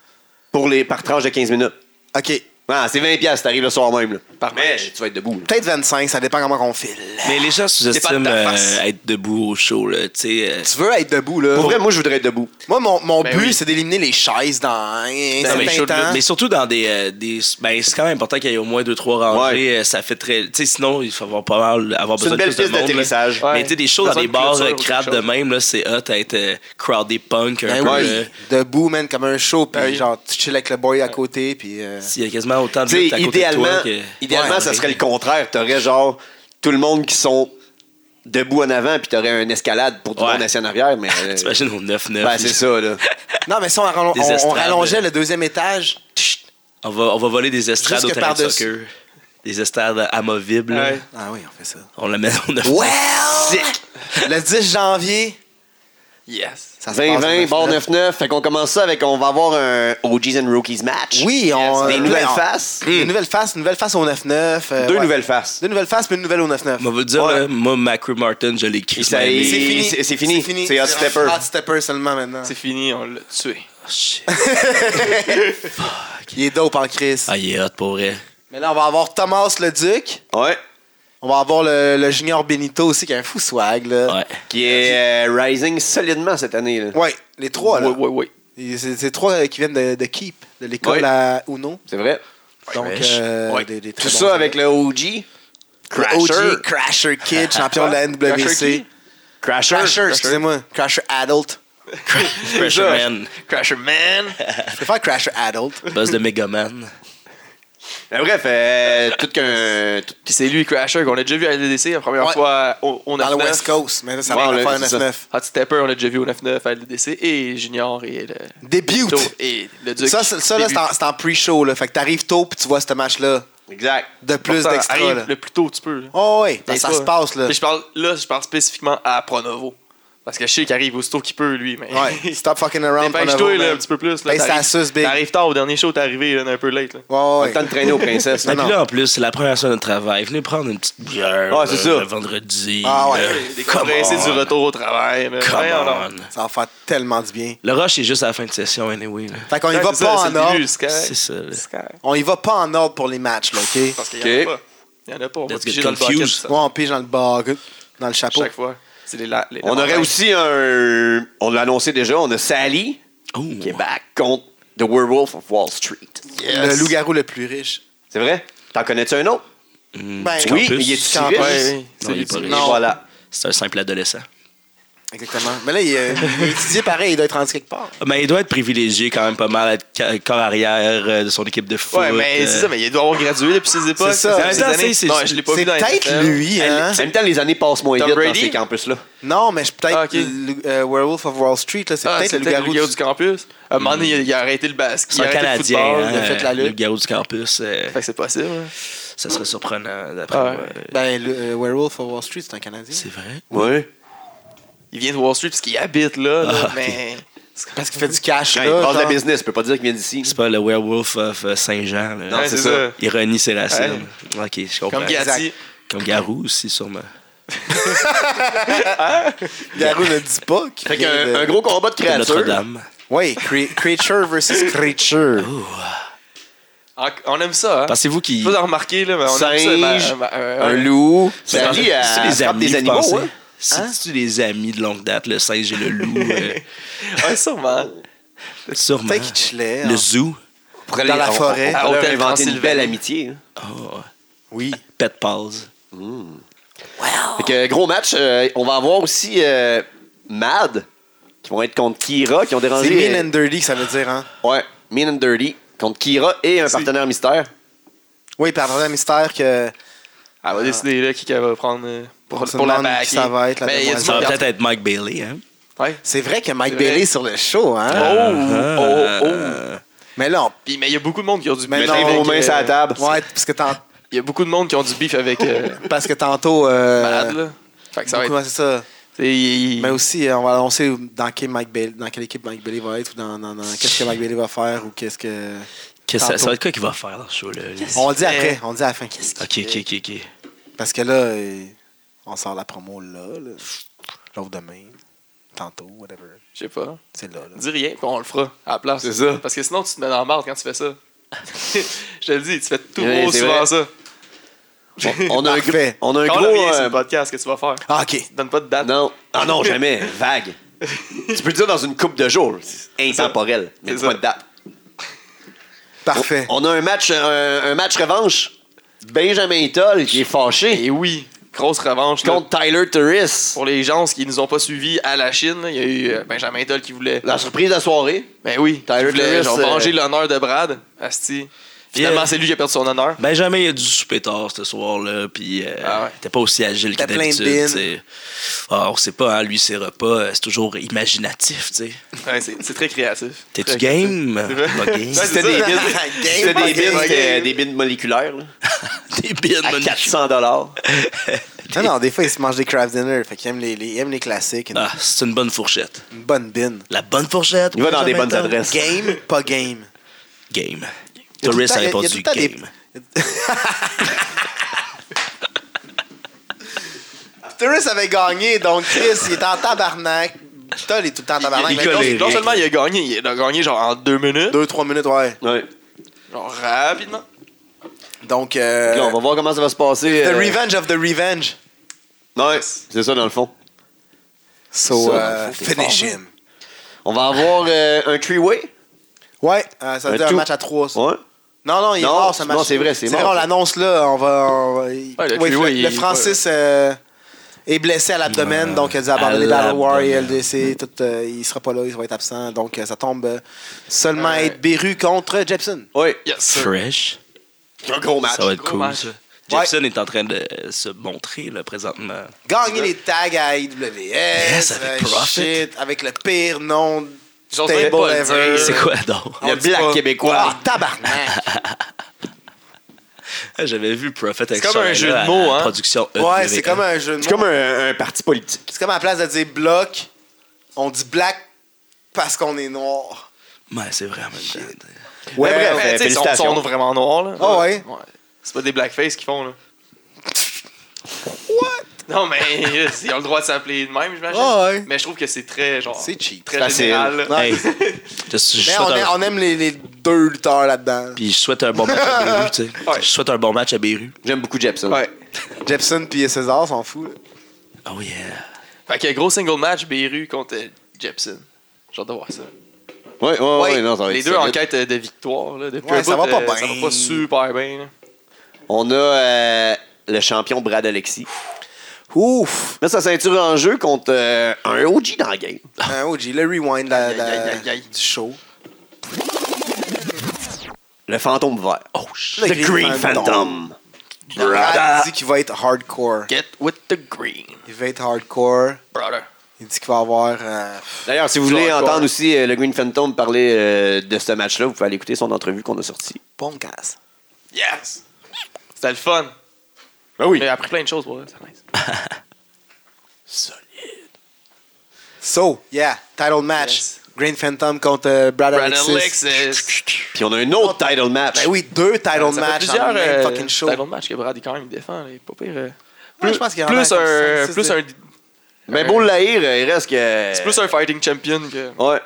S1: Pour les, par tranche de 15 minutes.
S4: Ok,
S1: Ah, c'est 20 piastres, t'arrives le soir même. Là.
S3: Par
S1: Mais
S3: match.
S1: tu vas être debout. là.
S4: peut-être 25, ça dépend comment on file.
S2: Mais les gens
S3: Dépend de
S2: sous-estiment
S3: ta face.
S2: euh, être debout au show, là. Tu sais, euh,
S4: Tu veux être debout, là.
S1: Pour vrai, moi, je voudrais être debout.
S4: Moi, mon, mon
S3: Ben
S4: but,
S3: oui.
S4: c'est d'éliminer les chaises dans
S1: Ben
S4: un
S2: Non, mais,
S4: certain
S2: chaud de
S1: Hein?
S2: lutte.
S4: temps.
S2: Mais surtout dans des. euh, des ben, c'est quand même important qu'il y ait au moins deux, trois rangées.
S1: Ouais.
S2: euh, Ça fait très. Tu sais, sinon, il faut avoir pas mal avoir
S1: C'est une
S2: besoin de
S1: belle
S2: plus de
S1: piste
S2: monde. là.
S1: d'atterrissage.
S3: Ouais.
S2: Mais tu sais, des shows dans
S3: Besoin
S2: des
S3: de
S2: bars
S3: clôture
S2: euh,
S3: ou quelque
S2: crap de
S3: chose.
S2: même, là, c'est hot à être euh, crowded punk un
S4: Ben
S2: peu.
S4: oui,
S2: euh,
S4: debout, man, comme un show, puis
S3: Ben oui.
S4: genre, tu chill avec le boy à côté, puis... euh,
S2: S'il y a quasiment autant de
S1: Tu
S2: lutte
S1: sais,
S2: à côté de
S1: idéalement,
S2: toi que.
S1: idéalement
S2: Ouais,
S1: ça
S2: ouais.
S1: serait le contraire. T'aurais genre tout le monde qui sont debout en avant, puis t'aurais une escalade pour tout le
S2: Ouais.
S1: monde assis en arrière. Mais, euh,
S2: T'imagines au 9-9.
S1: ben, c'est ça, là.
S4: Non, mais si on, rallon-
S2: Des
S4: on- on
S2: estrades.
S1: euh.
S4: rallongeait le deuxième étage, chut.
S2: On va, on va voler des estrades
S4: Jusque
S2: au terrain de
S4: par-dessus.
S2: soccer. Des estrades amovibles. là.
S3: Ouais.
S4: Ah oui, on fait ça.
S2: On l'amène au 9
S4: Well! Le 10 janvier,
S3: Yes.
S4: ça se passe.
S1: 20-20,
S4: au
S1: bord
S4: 9-9.
S1: 9-9. Fait qu'on commence ça avec, on va avoir un OGs and Rookies match.
S4: Oui, on...
S1: Des
S4: euh,
S1: nouvelles
S4: on-
S1: faces. Hmm.
S4: Des nouvelles faces, une nouvelle face au 9-9. euh,
S1: Deux
S4: ouais.
S1: nouvelles faces.
S4: Deux nouvelles faces, puis une nouvelle au 9-9.
S2: On va vous le dire,
S1: Ouais.
S2: là, moi, Macrew Martin, je l'ai écrit.
S1: Et ça
S2: mais-
S1: est- c'est- c'est fini. C'est Hot Stepper.
S4: Hot Stepper seulement maintenant.
S3: C'est fini, on l'a tué.
S2: Oh, shit.
S4: Il est dope en crise.
S2: Ah, il est hot pour vrai.
S4: Mais là, on va avoir Thomas le Duc.
S1: Ouais.
S4: On va avoir le, le Junior Benito aussi, qui a un fou swag. Là.
S2: Ouais.
S1: Qui est euh, rising solidement cette année, là.
S4: Ouais, les trois, là.
S3: Oui, oui, oui.
S4: Et C'est c'est trois euh, qui viennent de, de Keep, de l'école
S1: Ouais.
S4: à Uno.
S1: C'est vrai.
S4: Donc,
S2: Fresh.
S4: euh,
S1: Ouais.
S4: des- des très
S1: Tout
S4: bons
S1: ça
S4: joueurs.
S1: avec le OG.
S4: Le OG Crasher Kid, champion de la
S3: Crasher
S4: NWC.
S3: qui?
S1: Crasher.
S4: Crasher, excusez-moi. Crasher Adult.
S2: Pressure
S3: Ça.
S2: Man.
S3: Crasher Man.
S4: Je préfère Crasher Adult.
S2: Buzz de Megaman.
S1: Ben, bref, euh, tout qu'un. tout-
S3: Puis c'est lui, Crasher, qu'on a déjà vu à LDC la première
S4: Ouais.
S3: fois au, au 9-9.
S4: Dans le West Coast. Mais là, ça
S1: Ouais,
S4: va
S1: là,
S4: faire un
S1: c'est ça.
S4: 9-9.
S3: Hot Stepper, on l'a déjà vu au 9-9 à LDC. Et Junior et le.
S4: Debut!
S3: Tôt et le Duc.
S4: Ça, c'est- ça là,
S3: Début.
S4: c'est en, c'est en pre-show. là. Fait que t'arrives tôt puis tu vois ce match-là.
S1: Exact.
S4: De plus
S3: Pourtant,
S4: d'extra.
S3: arrive
S4: là.
S3: Le plus tôt que tu peux. là.
S4: Oh oui, ça, ça
S3: T'es
S4: se
S3: pas-
S4: passe là.
S3: Puis je parle, là, je parle spécifiquement à Pronovo. Parce que je sais qu'il arrive aussitôt qu'il peut, lui. Mais...
S4: Ouais, stop fucking around.
S3: Dépêche-toi
S4: Panovo,
S3: là,
S4: man.
S3: un petit peu plus. là.
S4: Ben, c'est
S3: T'arrives-
S4: à sus, big.
S3: T'arrives tard au dernier show, t'es arrivé là, un peu late. Là.
S4: Ouais,
S1: Pas
S4: ouais.
S1: le temps de traîner aux princesses.
S2: Et
S1: Non,
S4: Non,
S2: puis
S1: non.
S2: là, en plus, c'est la première soirée de travail. Venez prendre une petite bière.
S1: Ah, c'est
S2: euh,
S1: ça.
S2: Le vendredi.
S4: Ah, ouais.
S2: euh,
S3: Des
S2: come
S3: compressés
S2: on.
S3: du retour au travail. là.
S2: Come
S3: Voyons donc.
S2: on.
S4: Ça va faire tellement du bien.
S2: Le rush est juste à la fin de session, anyway. là.
S4: Fait qu'on y
S3: Ouais,
S4: va
S3: c'est
S4: pas
S3: ça, c'est
S4: en
S3: le
S4: ordre.
S3: début, c'est correct.
S2: C'est ça, là.
S3: C'est correct.
S4: On y va pas en ordre pour les matchs, là, OK? Ouais,
S3: Parce qu'il y en a
S1: Ok.
S3: pas. Il y en a pas. On va
S2: Let's
S3: piger
S2: get
S3: dans le bucket
S2: confused.
S3: ça,
S4: on pige dans le bar, euh, dans le chapeau.
S3: chaque fois. C'est les, la- les
S1: On aurait aussi un. On l'a annoncé déjà, on a Sally
S2: Oh.
S1: qui est back contre The Werewolf of Wall Street.
S4: Le loup-garou le plus riche.
S1: C'est vrai? T'en connais-tu un autre?
S2: Mm,
S4: Ben,
S2: du
S4: oui,
S2: campus.
S1: il est-
S4: Campus.
S3: Ouais, ouais.
S2: Non, il est pas riche.
S1: Non. Voilà.
S2: C'est un simple adolescent.
S4: Exactement. Mais là, il est il est étudié pareil, il doit être rendu quelque part.
S2: Ah, Mais il doit être privilégié quand même pas mal, être ca- corps arrière euh, de son équipe de foot.
S3: Ouais, mais
S2: euh,
S3: c'est ça, mais il doit avoir gradué depuis ses époques.
S4: C'est ça.
S3: depuis ses
S2: Attends,
S3: années.
S2: c'est-
S3: Non,
S2: c'est-
S3: je l'ai pas
S4: C'est
S3: vu dans les
S4: peut-être
S3: NFL.
S4: lui, hein?
S1: En même temps, les années passent moins
S3: Tom
S1: vite
S3: Brady?
S1: dans ces campus-là.
S4: Non, mais je- peut-être
S3: Ah, ok.
S4: le- euh, Werewolf of Wall Street, là, c'est
S3: Ah,
S4: peut-être
S3: c'est
S4: le loup-garou du...
S3: du campus. À un moment donné, il a- il a arrêté le basket.
S2: C'est
S3: Il a
S2: un
S3: arrêté le
S2: Canadien,
S3: football.
S2: hein,
S3: Il a fait la
S2: le
S3: lutte.
S2: garou du campus. euh,
S3: Fait que c'est possible. hein.
S2: ça serait surprenant d'après
S3: Ouais.
S2: moi.
S4: Ben, le euh, Werewolf of Wall Street, c'est un Canadien.
S2: C'est vrai.
S1: Ouais.
S3: Il vient de Wall Street parce qu'il habite là, là,
S2: Ah, ok.
S3: mais.
S4: Parce qu'il fait du cash,
S1: Il
S4: là.
S1: parle de la
S4: genre.
S1: business, peut pas dire qu'il vient d'ici.
S2: Ah, C'est pas le werewolf of euh, Saint-Jean. là.
S1: Non,
S3: Ouais,
S1: c'est ça.
S2: Ironie, c'est racine. Ok, je comprends.
S3: Comme Gatti.
S4: Exact.
S2: Comme Garou aussi, sûrement.
S4: Garou ne dit pas.
S1: Fait qu'un un gros combat de
S2: Comme
S1: créatures.
S2: Notre-Dame.
S4: Oui, crea- Creature versus Creature.
S3: En- On aime ça, hein?
S2: Pensez-vous
S3: Je
S2: qu'il.
S3: sais pas si vous remarquez, là, mais on aime ça.
S1: Singe,
S3: ben, ben, euh,
S1: un
S3: ouais.
S1: loup.
S2: C'est
S1: Sally, elle
S4: euh,
S2: des
S1: frappe
S2: amis,
S1: des
S2: vous pensez?
S1: animaux, hein?
S2: C'est-tu des amis de longue date, le singe et le loup? euh,
S3: Ouais, sûrement.
S2: sûrement.
S4: Peut-être qu'il chillait.
S2: Le
S4: hein.
S2: zoo.
S1: Pourrait
S4: Dans
S1: les-
S4: la
S1: on-
S4: forêt.
S1: On,
S3: À
S1: on pourrait inventer
S3: Hôtel
S1: une
S3: Transylvanie.
S1: belle amitié. hein.
S2: Oh,
S4: Oui.
S2: pet pause.
S1: Fait que, gros match. euh, on va avoir aussi euh, Mad, qui vont être contre Kira, qui ont
S4: C'est
S1: dérangé.
S4: mean and dirty, ça veut dire, hein?
S1: Ouais, Mean and Dirty, contre Kira et un partenaire mystère.
S4: Oui, par un mystère que.
S3: Elle va décider là, qui qu'elle va prendre euh, pour,
S4: Ah. On se
S3: pour la
S4: demande
S3: baquer.
S4: qui ça va être, la
S3: Mais il y a du
S2: Ça
S4: demoiselle.
S2: va
S3: monde
S2: peut-être être Mike Bailey, hein?
S3: qui- Ouais.
S4: C'est vrai que Mike
S3: C'est vrai.
S4: Bailey est sur le show, hein?
S1: Ah,
S3: Oh, oh, oh.
S4: Mais là, on...
S3: Puis, mais il y a beaucoup de monde qui ont du
S4: Mais
S3: beef
S4: non,
S1: Mettez
S3: avec,
S1: vos mains
S3: euh,
S1: sur la table.
S4: ouais, parce que, tant-
S3: Il y a beaucoup de monde qui ont du beef avec euh,
S4: parce que tantôt. euh,
S3: Malade, là. Fait que ça va
S4: beaucoup-
S3: être.
S4: ouais, c'est ça.
S3: c'est- il-
S4: Mais aussi, euh, on va annoncer dans quelle, Mike Bailey- dans quelle équipe Mike Bailey va être, ou dans, dans- dans- qu'est-ce que Mike Bailey va faire, ou qu'est-ce que.
S2: Qu'est-ce que ça,
S4: Tantôt.
S2: ça va être quoi qu'il va faire dans le show, là?
S4: On le dit après, on le dit à la fin.
S2: Ok, ok, ok, ok.
S4: Parce que là, euh, on sort la promo là, là. l'autre demain, tantôt, whatever.
S3: Je sais pas.
S4: C'est là. là.
S3: Dis rien, puis on le fera à la place.
S1: C'est ça.
S3: Parce que sinon, tu te mets dans la marde quand tu fais ça. Je te le dis, tu fais tout
S1: Ouais,
S3: gros
S1: c'est
S3: souvent
S1: vrai.
S3: ça.
S1: On a un, gr-
S4: Parfait.
S1: on a un
S3: Quand
S1: gros.
S3: le lien, c'est
S1: euh,
S3: le podcast que tu vas faire.
S4: Ah, ok.
S3: Donne pas de date.
S1: non. Ah non, jamais. Vague. tu peux le dire dans une coupe de jours. C'est Intemporel. Mais
S3: C'est
S1: pas
S3: ça.
S1: de date.
S3: Oh.
S4: Parfait.
S1: On a un match, euh, un, un match revanche. Benjamin Toll qui est fâché
S3: Et oui, grosse revanche. là.
S1: contre Tyler Turris.
S3: Pour les gens qui nous ont pas suivis à la Chine, là, il y a eu euh, Benjamin Toll qui voulait.
S1: La surprise de la soirée.
S3: Ben oui,
S1: Tyler
S3: qui voulait
S1: Lewis,
S3: genre,
S1: euh,
S3: venger l'honneur de Brad. Asti. Finalement,
S2: Yeah.
S3: c'est lui qui a perdu son honneur.
S2: Benjamin, Ben, il a dû souper tard ce soir-là, puis euh,
S3: Ah ouais.
S2: il était pas aussi agile que
S4: T'as plein de
S2: d'habitude.
S4: bines.
S2: tu sais. Ah, on sait pas, hein, lui, ses repas, euh, c'est toujours imaginatif, tu sais.
S3: Ouais, c'est c'est très créatif.
S2: T'es-tu
S3: Très
S2: game?
S3: vrai.
S2: Pas game.
S3: Ouais,
S1: C'était
S3: c'est
S1: des
S3: ça.
S1: bins. C'était des
S3: Ok,
S1: bins,
S3: ok.
S1: c'était des bins moléculaires. là,
S2: T'es bien,
S1: À
S2: mon
S1: 400 dollars.
S4: Non, non, des fois, il se mange des craft dinner. Fait qu'il aime les, les- il aime les classiques. Une,
S2: Ah, c'est une bonne fourchette.
S4: une bonne bin.
S2: La bonne fourchette.
S1: Il va dans des bonnes
S2: Benjamin,
S1: adresses.
S4: Game, pas game.
S2: Game.
S4: Il y a tout le
S2: Tourist
S4: temps- il
S2: a
S4: y a- il y a tout
S2: répondu
S4: le temps des-
S2: game.
S4: Turris avait gagné, donc Chris, il est en tabarnak. Toll est tout le temps en tabarnak.
S2: il
S4: mais
S3: Non-
S2: colle.
S3: Non, seulement il a gagné, il a gagné genre en deux minutes,
S4: Deux, trois minutes, ouais.
S1: Ouais.
S3: genre rapidement.
S4: Donc, euh,
S1: Là, on va voir comment ça va se passer.
S4: The
S1: euh,
S4: Revenge of the Revenge.
S1: Ouais, c'est ça dans le fond.
S4: So,
S1: Ça,
S4: euh,
S1: faut que t'es
S4: finish
S1: fort,
S4: him.
S1: On va avoir euh, un three-way.
S4: Ouais, euh, ça veut
S1: Un
S4: dire un
S1: tout.
S4: match à trois, ça.
S1: Ouais.
S4: Non, non, il
S1: Non,
S4: est mort ce
S1: non,
S4: match.
S1: c'est vrai, c'est
S4: C'est
S1: mort.
S4: vrai, on l'annonce là. On va. on va- il-
S3: Ouais, le
S4: oui,
S3: Trio,
S4: le,
S3: il-
S4: le Francis euh, est blessé à l'abdomen,
S2: Ouais.
S4: donc il a dû abandonner
S2: À
S4: Battle War et
S2: l'abdomen.
S4: LDC. Tout, euh, il sera pas là, il va être absent. Donc euh, ça tombe euh, seulement
S3: Ouais.
S4: être Beru contre Jepson.
S1: Ouais.
S3: Yes. sir.
S2: Fresh.
S1: Un gros match.
S2: Ça va être
S3: gros
S2: cool,
S3: match.
S2: ça. Jefferson est en train de euh, se montrer, là, présentement.
S4: Gagner les tags à IWS.
S2: Yes, avec
S4: euh,
S2: Profit.
S4: shit, avec le pire nom
S3: J'oserais
S4: table
S3: pas le
S4: ever.
S3: dire.
S2: C'est quoi, donc?
S1: Le
S3: On dit
S1: black
S3: pas.
S1: québécois.
S4: Ah, tabarnak!
S2: Ah, J'avais vu Prophet avec
S3: comme
S2: son-
S3: un jeu
S2: là,
S3: de mots,
S2: à
S3: hein.
S2: Production E
S4: ouais,
S2: EWE.
S4: c'est comme un jeu de
S1: C'est comme un, un parti politique.
S4: C'est comme à la place de dire bloc, on dit black parce qu'on est noir.
S2: Ouais, c'est vrai, en même temps.
S1: Ouais,
S3: Mais
S1: bref,
S3: bref,
S1: euh,
S3: tu sais, ils sont,
S1: félicitations.
S3: sont vraiment noirs. Là.
S4: Ah ouais?
S3: C'est pas des blackface qu'ils font. là. What? Non, mais euh, ils ont le droit de s'appeler de même, j'imagine.
S4: Ah ouais.
S3: Mais je trouve que c'est très, genre,
S4: C'est cheap.
S3: très
S1: Facile.
S3: général. là.
S4: Ouais.
S2: Hey, je, je
S4: Mais
S2: souhaite
S4: on, a-
S2: un,
S4: on aime les, les deux lutteurs là-dedans.
S2: puis je souhaite un bon match à Beru, tu sais.
S3: Ouais.
S2: Je souhaite un bon match à Beru.
S1: J'aime beaucoup Jepson.
S3: Ouais.
S4: Jepson puis César s'en fout. là.
S2: Oh yeah.
S3: Fait que gros single match, Beru contre euh, Jepson. J'ai hâte de voir ça.
S1: Ouais, ouais, ouais, non, ça va
S3: les
S1: être
S3: deux en
S1: solide.
S3: quête euh, de victoire. Là, depuis
S4: Ouais,
S3: un
S4: ça
S3: bout,
S4: va pas
S3: euh, Ça
S4: bien.
S3: va pas super bien. là.
S1: On a euh, le champion Brad Alexis.
S4: Ouf!
S1: Met sa ceinture en jeu contre euh, un OG dans la game.
S4: Ah. Un OG, le rewind la-
S3: Aïe,
S4: la-
S3: aïe, aïe, aïe.
S4: du show.
S1: Le fantôme vert. Oh,
S4: shit.
S1: The Green Phantom.
S4: Brad
S1: Brad.
S4: dit qu'il va être hardcore.
S3: Get with the green,
S4: Il va être hardcore.
S3: brother.
S4: Il dit qu'il va avoir. euh,
S1: D'ailleurs, si vous voulez
S3: Encore.
S1: entendre aussi euh, le Green Phantom parler euh, de ce match-là, vous pouvez aller écouter son entrevue qu'on a sortie.
S4: bon casse.
S3: Yes! C'était le fun.
S1: Ah oui.
S3: Il a appris plein de choses pour elle. C'est nice.
S4: So, yeah, title match.
S3: Yes.
S4: Green Phantom contre euh, Brad,
S3: Brad
S4: Alexis.
S3: Alexis.
S1: Puis on a un autre title match.
S4: Ben oui, deux title
S3: Ça fait
S4: match dans
S3: plusieurs
S4: le même
S3: euh,
S4: fucking show.
S3: title match que Brad, il, quand même, il défend. là, il est pas pire. euh.
S4: Ouais,
S3: Plus,
S4: je pense qu'il y en a
S3: plus,
S4: comme
S3: un,
S4: cinq, six,
S3: plus
S4: là.
S3: un,
S1: Mais beau le laïr, euh, il reste que.
S3: c'est
S4: Euh,
S3: plus un fighting champion que
S1: Ouais.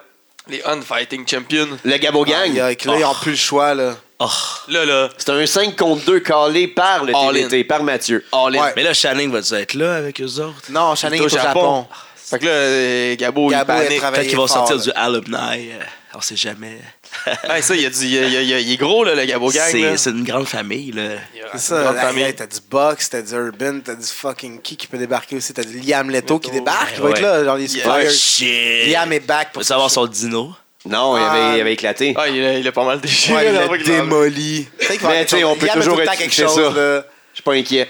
S3: les un-fighting champions.
S1: Le Gabo Gang. Ah,
S4: Aïe, aïe, que Là, ils n'ont plus le choix, là.
S2: Oh.
S3: Là, là,
S1: C'est un 5 contre 2 calé par le
S3: All
S1: TBT, par Mathieu.
S3: all in.
S4: Ouais.
S2: Mais là, Shannon va-tu être là avec eux autres?
S4: Non, Shannon est
S3: Il
S4: au
S3: est au
S4: Japon.
S3: Japon. Fait que là, euh, Gabo,
S4: Gabo, il
S3: il panique.
S4: travaille.
S2: Peut-être qu'ils vont
S4: fort,
S2: sortir
S4: là.
S2: du alumni. euh, on sait jamais.
S3: Hey, Ah, ça, il y a du- il y a- il y a- il y a- il est gros, là, le Gabo Gang. là.
S2: C'est c'est une grande famille, là.
S3: Il y a
S4: C'est
S3: une
S4: ça,
S3: grande
S4: la-
S3: famille.
S4: hey, t'as du Box, t'as du Urban, t'as du fucking qui qui peut débarquer aussi, t'as du Liam Leto qui débarque, qui va
S2: Ouais.
S4: être là, genre les
S3: Yeah.
S4: Suppliers.
S2: Shit!
S4: Liam est back
S2: On
S4: pour
S2: peut savoir son dino.
S1: Non, il avait,
S4: Ah.
S1: il avait éclaté.
S3: Ah, il a, il a pas mal déchiré.
S4: Ouais, il
S3: là,
S4: l'a
S3: après qu'il en-
S4: démoli. Tu sais qu'il va
S1: Mais
S4: avoir
S1: tu sais,
S4: quelque
S1: on
S4: chose.
S1: peut
S4: Liam a
S1: toujours
S4: tout le temps
S1: être-
S4: quelque
S1: c'est
S4: chose,
S1: ça.
S4: là.
S1: Je suis pas inquiet.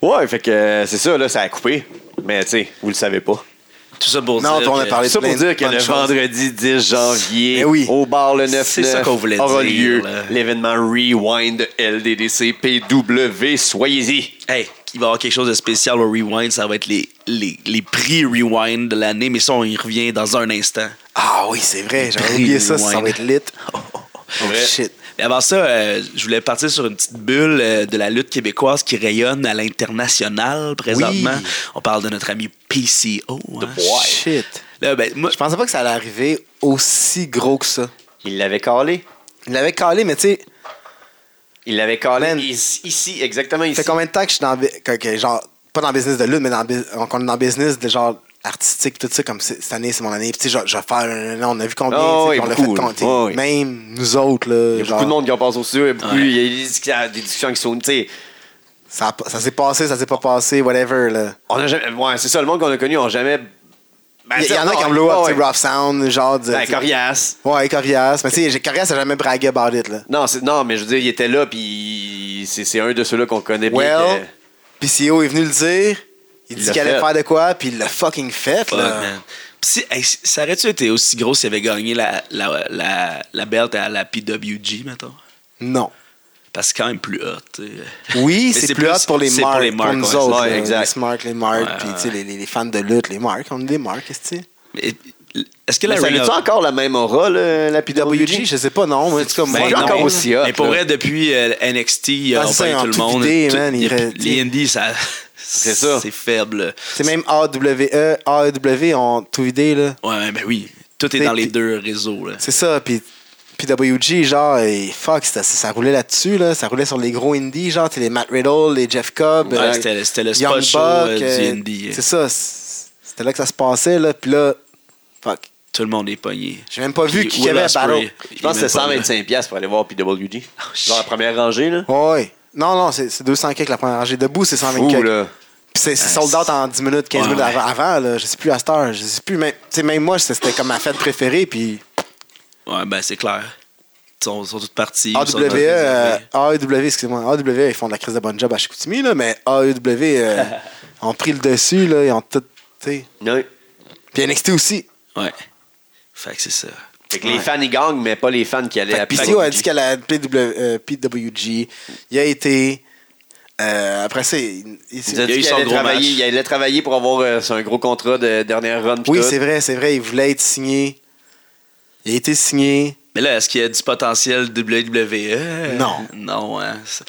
S1: Ouais, fait que euh, c'est ça, là, ça a coupé. Mais tu sais, vous le savez pas.
S2: Tout ça pour
S4: Non,
S2: dire.
S4: on a
S2: que-
S4: parlé
S1: Ça pour
S4: plein de
S1: dire que
S4: bonnes
S1: le
S4: choses.
S1: vendredi 10 janvier,
S4: Ben oui.
S1: au bar le 9
S2: C'est ça qu'on voulait
S1: aura
S2: dire,
S1: lieu
S2: là.
S1: l'événement Rewind LDDC PW. Soyez-y.
S2: Hey, il va y avoir quelque chose de spécial au Rewind. Ça va être les, les, les prix Rewind de l'année, mais ça, on y revient dans un instant.
S4: Ah oui, c'est vrai, j'avais oublié ça, ça va être lit. Oh,
S1: vrai.
S4: shit.
S2: Mais avant ça, euh, je voulais partir sur une petite bulle euh, de la lutte québécoise qui rayonne à l'international présentement.
S4: Oui.
S2: On parle de notre ami PCO. hein.
S1: Ouais.
S4: Shit.
S2: Là, ben, moi,
S4: Je pensais pas que ça allait arriver aussi gros que ça.
S1: Il l'avait calé.
S4: Il l'avait calé, mais tu sais,
S1: Il l'avait calé
S4: Man.
S1: ici, ici, exactement ici.
S4: ça fait combien de temps que je suis dans. bu- que- que genre, pas dans le business de lutte, mais dans, bu- qu'on est dans le business de genre artistique, tout ça, comme c'est- cette année, c'est mon année. Puis tu sais, je- je vais faire. un- là, on a vu combien. tu sais,
S1: Ah oui,
S4: puis on l'a
S1: beaucoup,
S4: fait
S1: là.
S4: compter.
S1: Ah oui.
S4: Même nous autres, là.
S1: Il y a
S4: genre,
S1: beaucoup de monde qui en passe au studio. Il y a beaucoup- il y a des discussions- des discussions qui sont. tu sais,
S4: Ça, a pas- ça s'est passé, ça s'est pas passé, whatever, là.
S1: On a jamais. Ouais, c'est ça, le monde qu'on a connu, on a jamais. Ben,
S4: Il y,
S1: t'sais,
S4: en a qui
S1: ouais,
S4: ont blow up, tu
S1: ouais.
S4: sais, Rough Sound, genre. de-
S1: Ben,
S4: tu sais-
S1: coriace.
S4: Ouais, Corias. Mais tu sais, j'ai- Corias a jamais bragué about it, là.
S1: Non, c'est- non, mais je veux dire, il était là, puis c'est c'est un de ceux-là qu'on connaît bien.
S4: Well,
S1: que-
S4: PCO est venu le dire. Il
S1: Il
S4: dit
S1: l'a
S4: qu'il allait
S1: fait.
S4: faire de quoi, puis il l'a fucking fait,
S2: fuck,
S4: là.
S2: euh, man. Pis si- hey, si- ça aurait-tu été aussi gros s'il avait gagné la, la, la, la belt à la PWG, mettons?
S4: Non.
S2: Parce que c'est quand même plus hot. tu sais.
S4: Oui,
S2: Mais
S4: c'est plus hot pour les
S2: c'est
S4: marques, pour,
S2: marques,
S4: nous
S2: ouais.
S4: autres.
S1: Ouais,
S4: là.
S1: exact.
S4: Les smart, les marques,
S2: Ouais,
S4: puis
S2: ouais.
S4: tu sais, les, les- les fans de lutte, les marques, on est des marques, est-ce que
S2: Mais, Est-ce que la
S1: Mais ça
S2: Ring
S1: a-tu
S2: of-
S1: encore la même aura, le- la
S4: PWG,
S1: PWG?
S4: je sais pas, non, mais en tout cas, moi,
S2: Ben
S1: j'ai
S2: non.
S1: encore aussi hot,
S2: Mais pour
S1: là.
S2: vrai, depuis euh, NXT, euh,
S4: Ah,
S2: on
S4: c'est ça, ils
S2: paye
S4: ont
S2: tout le
S4: tout
S2: monde.
S4: vidé,
S2: Tout-
S4: man,
S2: y a
S4: ils-
S2: plus- les indies, ça. C'est
S1: ça.
S2: C'est faible.
S4: c'est même E, AWE, AEW ont tout vidé, là.
S2: Ouais, ben oui. Tout est
S4: C'est-
S2: dans les deux réseaux. Là.
S4: C'est ça, puis PWG, genre, et fuck, ça, ça- ça roulait là-dessus, là. Ça roulait sur les gros indies, genre, t'sais, les Matt Riddle, les Jeff Cobb.
S2: Ouais,
S4: euh,
S2: c'était- c'était le
S4: Young
S2: spot show,
S4: Buck,
S2: euh, du
S4: euh,
S2: indie.
S4: C'est ça, c- c'était là que ça se passait, là, puis là, fuck.
S2: Tout le monde est pogné.
S4: J'ai même pas vu
S2: Puis
S4: qui
S2: Will
S4: avait à
S2: Ospreay,
S4: battle.
S2: il
S1: Je pense que
S2: est
S1: c'est
S2: même pas là.
S1: 125$ piastres pour aller voir PWG.
S2: shit.
S1: Genre la première rangée, là.
S4: Ouais. Non, non, c'est c'est 200 kicks la première rangée. Debout, c'est 120
S1: Ouh,
S4: kicks.
S1: là.
S4: Puis c'est c'est sold out en 10 minutes, 15
S2: Ouais,
S4: minutes
S2: ouais.
S4: avant, avant, là. Je sais plus à cette heure. Je sais plus. Même, tu sais, même moi, c'est- c'était comme ma fête préférée. Puis
S2: Ouais, ben c'est clair. Ils sont, sont toutes parties.
S4: AWE, euh, AEW, excusez-moi, AEW, ils font de la crise de bonne job à Chicoutimi, là, mais AEW euh, ont pris le dessus, là. Ils ont tout. tu sais.
S1: Non.
S4: Puis NXT aussi.
S2: Ouais. Fait que c'est ça.
S1: Fait que
S4: Ouais.
S1: les fans, ils gagnent, mais pas les fans qui allaient à
S4: Puis PCO a
S1: PWG.
S4: dit qu'elle a PW, euh, PWG. Il a été. euh, après ça, il,
S1: Il a
S4: il-
S2: Il y a eu
S1: dit qu'il
S2: son
S1: allait
S2: gros
S1: travailler,
S2: match.
S1: il allait travailler pour avoir euh, sur un gros contrat de dernière run. puis
S4: Oui,
S1: tout.
S4: c'est vrai, c'est vrai. Il voulait être signé. Il a été signé.
S2: Mais là, est-ce qu'il y a du potentiel WWE
S4: Non.
S2: Non, hein. Ça,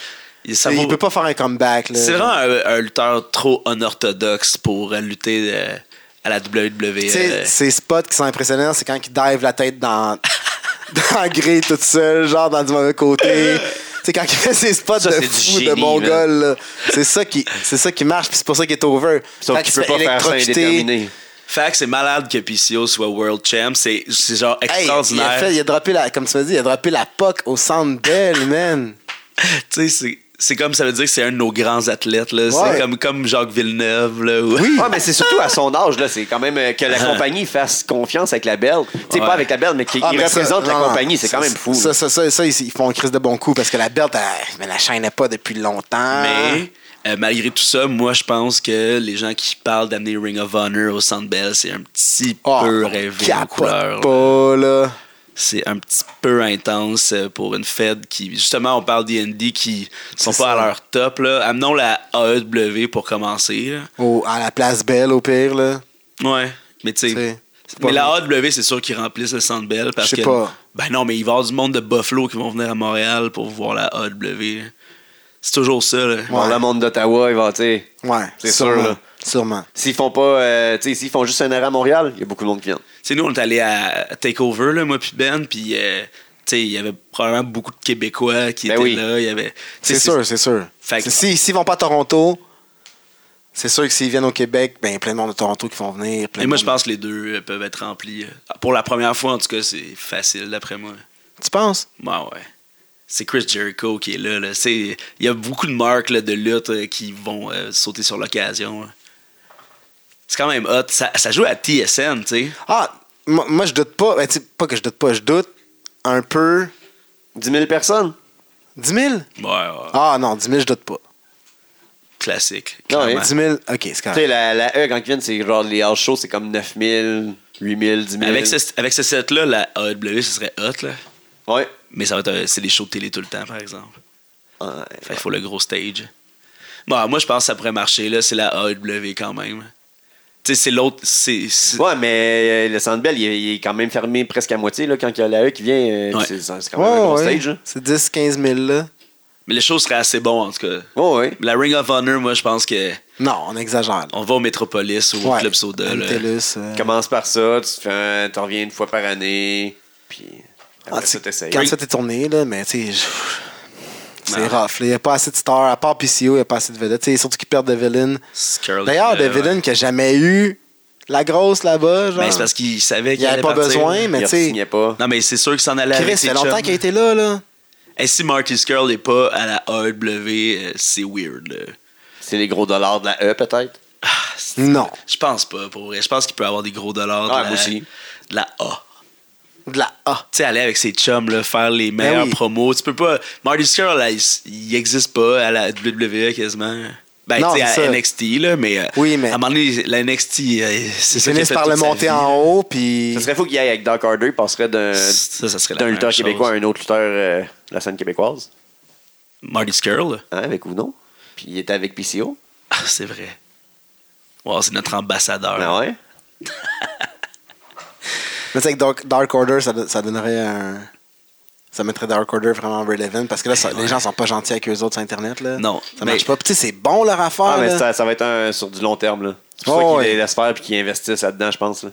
S2: ça
S4: il
S2: vaut-
S4: peut pas faire un comeback. là.
S2: C'est vraiment un, un lutteur trop unorthodoxe pour euh, lutter euh, à la E. WWE.
S4: Tu sais, ces spots qui sont impressionnants, c'est quand il dive la tête dans, dans la grille toute seule, genre dans du mauvais côté. C'est quand il fait ses spots
S1: Ça,
S4: de
S1: c'est du
S4: fou de
S1: génie,
S4: mongol. là. C'est ça qui c'est ça qui marche, puis c'est pour ça qu'il est over.
S1: Sauf
S4: Quand
S1: qu'il
S4: il se
S1: peut pas
S4: fait
S1: faire ça
S4: électrocuter,
S1: indéterminé.
S2: Fait que c'est malade que PCO soit world champ. C'est c'est genre
S4: Hey, il, a
S2: extraordinaire.
S4: fait, il a droppé la, comme tu m'as dit, il a droppé la POC au centre d'elle, man.
S2: Tu sais, c'est- c'est comme ça veut dire que c'est un de nos grands athlètes. là.
S4: Ouais.
S2: C'est comme, comme Jacques Villeneuve. Là, ou-
S1: Ouais, Ah, mais c'est surtout à son âge, là. C'est quand même euh, que la compagnie fasse confiance avec la belle. Tu sais,
S2: Ah. Ouais.
S1: pas avec la belle, mais qu'il
S4: Ah,
S1: il
S4: mais ça,
S1: représente la
S4: non, non,
S1: compagnie. C'est
S4: ça,
S1: quand même fou.
S4: Ça,
S1: là.
S4: ça, ça, ça, ils ils font un crise de bon coup parce que la belt, elle, mais la chaîne n'est pas depuis longtemps.
S2: Mais euh, malgré tout ça, moi, je pense que les gens qui parlent d'amener Ring of Honor au Centre Bell, c'est un petit
S4: Oh,
S2: peu
S4: on
S2: rêvé aux
S4: capote
S2: couleurs. là.
S4: pas, là.
S2: c'est un petit peu intense euh, pour une Fed qui, justement, on parle d'Indy qui sont
S4: C'est
S2: pas
S4: ça.
S2: à leur top. Là. Amenons la AEW pour commencer. là.
S4: Au- à la place belle, au pire, là.
S2: Ouais, mais tu
S4: Tu
S2: sais.
S4: sais, c'est pas
S2: Mais la AEW, c'est sûr qu'ils remplissent le Centre Bell parce
S4: Je sais
S2: que.
S4: pas.
S2: Ben non, mais il va y avoir du monde de Buffalo qui vont venir à Montréal pour voir la AEW. C'est toujours ça, là.
S1: Bon, le monde d'Ottawa, ils vont, tu sais.
S4: Ouais,
S1: C'est
S4: sûrement,
S1: sûr, là.
S4: Sûrement.
S1: S'ils font pas, euh, tu sais, s'ils font juste un arrêt à Montréal, il y a beaucoup de monde qui vient.
S2: Tu sais, nous, on est allé à Takeover, là, moi puis Ben, puis euh, tu sais, il y avait probablement beaucoup de Québécois qui
S1: Ben
S2: étaient
S1: oui.
S2: là. il y avait- tu sais,
S4: C'est sûr, c'est sûr.
S2: Fait que-
S4: C'est- si- S'ils vont pas à Toronto, C'est sûr que s'ils viennent au Québec, ben, il y a plein de monde de Toronto qui vont venir. plein
S2: Et
S4: de
S2: moi, je
S4: monde-
S2: pense que les deux euh, peuvent être remplis. euh, Pour la première fois, en tout cas, c'est facile, d'après moi.
S4: Tu penses?
S2: Bah ouais. C'est Chris Jericho qui est là. là. C'est- Il y a beaucoup de marques là, de lutte euh, qui vont euh, sauter sur l'occasion. là. C'est quand même hot. Ça, ça joue à TSN, tu sais.
S4: Ah, moi, moi, je doute pas. Ben, tu sais, pas que je doute pas, je doute un peu.
S1: 10 000 personnes.
S4: 10 000?
S2: Ouais, ouais.
S4: Ah non, 10 000, je doute pas.
S2: Classique.
S1: Non,
S2: clairement.
S1: Ouais.
S4: 10 000, ok, c'est
S1: Tu
S4: quand
S1: sais,
S4: même.
S1: la, la E, quand ils viennent, c'est genre les house shows, c'est comme 9 000, 8 000, 10 000.
S2: Avec ce, avec ce set-là, la AEW, E, ce serait hot, là.
S1: Ouais.
S2: Mais ça va être un- c'est des shows de télé tout le temps, par exemple.
S1: Ouais.
S2: Fait qu'il faut le gros stage. Bon, moi, je pense que ça pourrait marcher, là. C'est la AEW E quand même. Tu sais, c'est l'autre. c'est- c'est-
S1: Ouais, mais euh, le Centre Bell, il, est- il est quand même fermé presque à moitié là, quand il y a la E qui vient. euh, puis
S2: Ouais.
S1: c'est- C'est quand
S4: Ouais,
S1: même un gros
S4: ouais.
S1: stage. là.
S4: C'est 10 15 000 là.
S2: Mais les choses seraient assez bon, en tout cas.
S1: Ouais, ouais.
S2: La Ring of Honor, moi, je pense que.
S4: Non, on exagère. là.
S2: On va au Metropolis ou au
S4: Ouais,
S2: Club Soda. là.
S4: Antelus, euh,
S1: Commence par ça, tu fais un- t'en reviens une fois par année, puis
S4: ah,
S1: après
S4: tu
S1: ça,
S4: sais,
S2: Ben
S1: t'essayes.
S4: Quand ça t'es tourné, là, mais tu sais, je- c'est
S2: Non.
S4: rough. Il n'y a pas assez de stars. À part PCO, il n'y a pas assez de vedettes. Tu sais, surtout qu'ils perdent de villains.
S2: Scarlett,
S4: D'ailleurs, de
S2: euh,
S4: villains
S2: ouais.
S4: qui n'a jamais eu la grosse là-bas. genre.
S2: Ben, c'est parce qu'il savait
S4: Il n'y
S2: qu'il
S4: avait
S2: allait
S4: pas
S2: partir.
S4: besoin, mais
S1: il
S4: tu sais.
S1: signait pas.
S2: Non, mais c'est sûr qu'il s'en allait
S4: Chris,
S2: avec
S4: ça
S2: ses
S4: fait longtemps
S2: chums.
S4: qu'il a été là, là.
S2: Et si Marty Skrull n'est pas à la AEW, euh, c'est weird. là.
S1: C'est les gros dollars de la E, peut-être.
S2: Ah, c'est-
S4: Non.
S2: Je pense pas, pour vrai. Je pense qu'il peut avoir des gros dollars de,
S1: Ah,
S2: la,
S1: moi aussi.
S2: de la A.
S4: De la A.
S2: Tu sais, aller avec ses chums, là, faire les meilleurs
S4: Ben oui.
S2: promos. Tu peux pas... Marty Skrull, là, il s- il existe pas à la WWE, quasiment. Ben,
S4: Non,
S2: tu sais, à
S4: c'est ça.
S2: NXT, là, mais... euh,
S4: Oui, mais-
S2: À un moment donné, la NXT, euh, c'est
S4: Ils
S2: ça qui a
S4: finissent
S2: fait
S4: par
S2: toute
S4: le
S2: sa
S4: monter
S2: vie.
S4: en haut, puis.
S1: Ce serait fou qu'il aille avec Doc Harder, il passerait
S4: Euh,
S1: d'un
S2: Ça, ça serait la
S1: d'un
S2: meilleure
S1: lutteur
S2: chose.
S1: québécois à un autre lutteur euh, de la scène québécoise,
S2: Marty Skrull, là.
S1: hein, avec ou non. Puis il était avec PCO.
S2: Ah, c'est vrai. Wow, c'est notre ambassadeur.
S4: Ben
S1: Ah ouais?
S4: Mais tu sais, avec Dark, Dark Order, ça, don- ça donnerait un. Ça mettrait Dark Order vraiment relevant parce que là, ça-
S2: Ben Ouais.
S4: les gens sont pas gentils avec eux autres sur Internet. Là.
S2: Non,
S4: Ça
S2: mais-
S4: marche pas. Puis tu sais, c'est bon leur affaire.
S1: Ah, mais
S4: là.
S1: ça, ça va être un, sur du long terme. là. C'est pour
S4: Oh,
S1: ça qu'ils
S4: ouais.
S1: les laissent faire et qu'ils investissent là-dedans, je pense. là.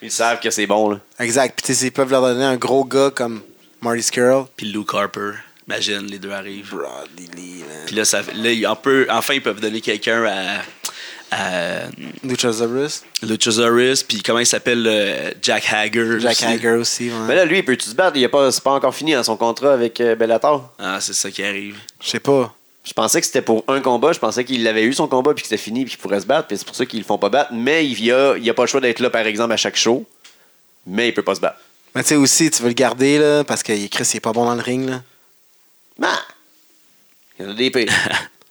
S1: Ils savent que c'est bon. Là.
S4: Exact. Puis tu sais, ils peuvent leur donner un gros gars comme Marty Skrull.
S2: Puis Luke Harper. Imagine, les deux arrivent.
S4: Brody Lee, là.
S2: Puis là, ça, là ils- on peut- enfin, ils peuvent donner quelqu'un à, à
S4: Luchasaurus.
S2: Luchasaurus. Puis comment il s'appelle euh, Jack Hager.
S4: Jack
S2: aussi.
S4: Hager aussi. Ben ouais.
S1: Mais là, lui, il peut-tu se battre? Il a pas, c'est pas encore fini hein, son contrat avec euh, Bellator.
S2: Ah, c'est ça qui arrive.
S4: Je sais pas.
S1: Je pensais que c'était pour un combat. Je pensais qu'il avait eu son combat puis que c'était fini puis qu'il pourrait se battre. Puis c'est pour ça qu'ils le font pas battre. Mais il y a, il a pas le choix d'être là, par exemple, à chaque show. Mais il peut pas se battre.
S4: Mais tu sais aussi, tu veux le garder là, parce que Chris, il est pas bon dans le ring. Là.
S1: Ah! Il y en a des pires.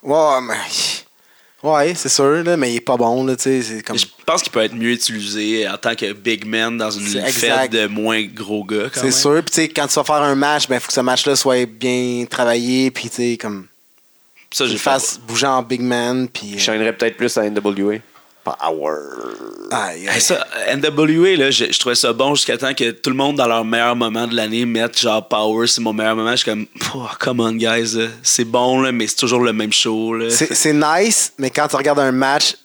S4: Ouais, mais. Ouais, c'est sûr, là, mais il est pas bon. Là, tu sais, c'est comme...
S2: Je pense qu'il peut être mieux utilisé en tant que big man dans une
S4: C'est
S2: fête
S4: exact.
S2: de moins gros gars. quand
S4: C'est
S2: même.
S4: sûr. Puis, tu sais, quand tu vas faire un match, ben, faut que ce match-là soit bien travaillé. Puis, tu sais, comme.
S2: Ça,
S4: Tu
S2: j'ai
S4: le fasses bouger en big man. Puis. euh,
S1: Il chaînerait peut-être plus à NWA. Power.
S4: euh, aïe, aïe.
S2: Hey, ça, NWA, là, je, je trouvais ça bon jusqu'à temps que tout le monde, dans leur meilleur moment de l'année, mette genre Power, c'est mon meilleur moment. Je suis comme, oh, come on, guys. là. C'est bon, là, mais c'est toujours le même show. Là.
S4: C'est c'est nice, mais quand tu regardes un match,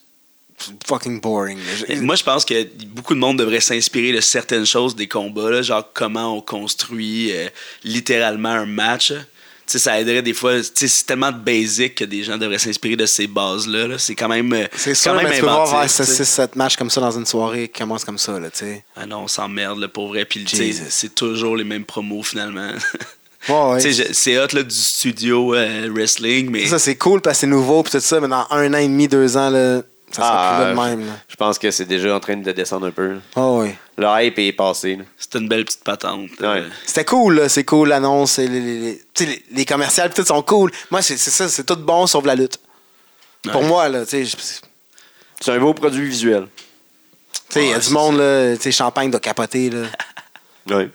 S4: c'est fucking boring. Je-
S2: Moi, je pense que beaucoup de monde devrait s'inspirer de certaines choses des combats, là, genre comment on construit euh, littéralement un match. là. Tu sais, ça aiderait des fois. Tu sais, C'est tellement basic que des gens devraient s'inspirer de ces bases-là. là. C'est quand même. euh,
S4: C'est
S2: quand
S4: sûr,
S2: même
S4: mais tu peux pas
S2: inventif,
S4: voir
S2: tu sais.
S4: 6-7 matchs comme ça dans une soirée qui commence comme ça, là, tu sais.
S2: Ah non, on s'emmerde, là, pour vrai. Puis, tu sais,
S4: Jesus.
S2: c'est toujours les mêmes promos, finalement.
S4: Ouais, ouais.
S2: Tu sais, je- c'est hot, là, du studio euh, wrestling, mais...
S4: Ça, c'est cool parce que c'est nouveau, puis tout ça, mais dans un an et demi, deux ans, là, ça sera plus là de même, là.
S1: Ah, Je pense que c'est déjà en train de descendre un peu. là.
S4: Oh, ouais.
S1: Le hype est passé. là.
S2: C'est une belle petite patente.
S1: Ouais.
S2: Euh,
S4: C'était cool, là, c'est cool, l'annonce, et les, les, les- tu sais, les- les commerciales, puis tout sont cool. Moi, c'est c'est ça, c'est tout bon sauf la lutte. Pour
S2: ouais.
S4: moi, là, tu sais, je-
S1: C'est un beau produit visuel.
S4: Tu sais, il y a
S2: Ouais,
S4: du
S2: c'est
S4: monde, là, tu sais, Champagne doit capoter, là,
S1: Oui.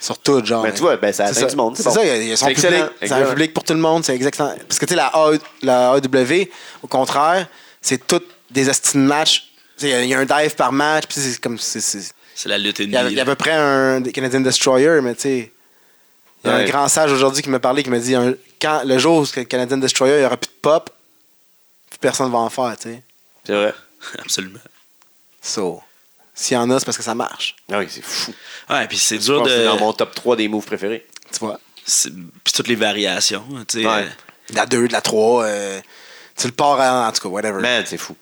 S4: sur tout, genre.
S1: Mais tu vois, ben, ça
S4: C'est
S1: atteint
S4: ça.
S1: du monde.
S4: C'est
S1: bon.
S4: ça, il y a- il y a son
S1: C'est
S4: public.
S1: excellent.
S4: C'est un
S1: Excellent.
S4: public pour tout le monde, c'est exactement. Parce que, tu sais, la, AE la AEW, au contraire, c'est toutes des estimes de match. Tu sais, Il y, a- il y a un dive par match, puis c'est comme. c'est- c'est-
S2: C'est la lutte
S4: Il y, a,
S2: ennemie.
S4: il y a à peu près un Canadian Destroyer, mais tu sais. Il y a
S1: Ouais.
S4: un grand sage aujourd'hui qui m'a parlé, qui m'a dit un- quand, le jour où le Canadian Destroyer, il n'y aura plus de pop, plus personne ne va en faire, tu sais.
S1: C'est vrai.
S2: Absolument.
S4: So, s'il y en a, c'est parce que ça marche,
S1: Ah oui, c'est fou.
S2: Ouais, puis c'est
S1: Je
S2: dur
S1: pense que c'est
S2: de...
S1: dans mon top 3 des moves préférés.
S4: tu vois.
S2: c'est- Puis toutes les variations, hein, tu sais.
S1: Ouais.
S2: euh,
S4: De la 2, de la 3. Tu le pars à- en tout cas, whatever.
S1: Man, c'est fou.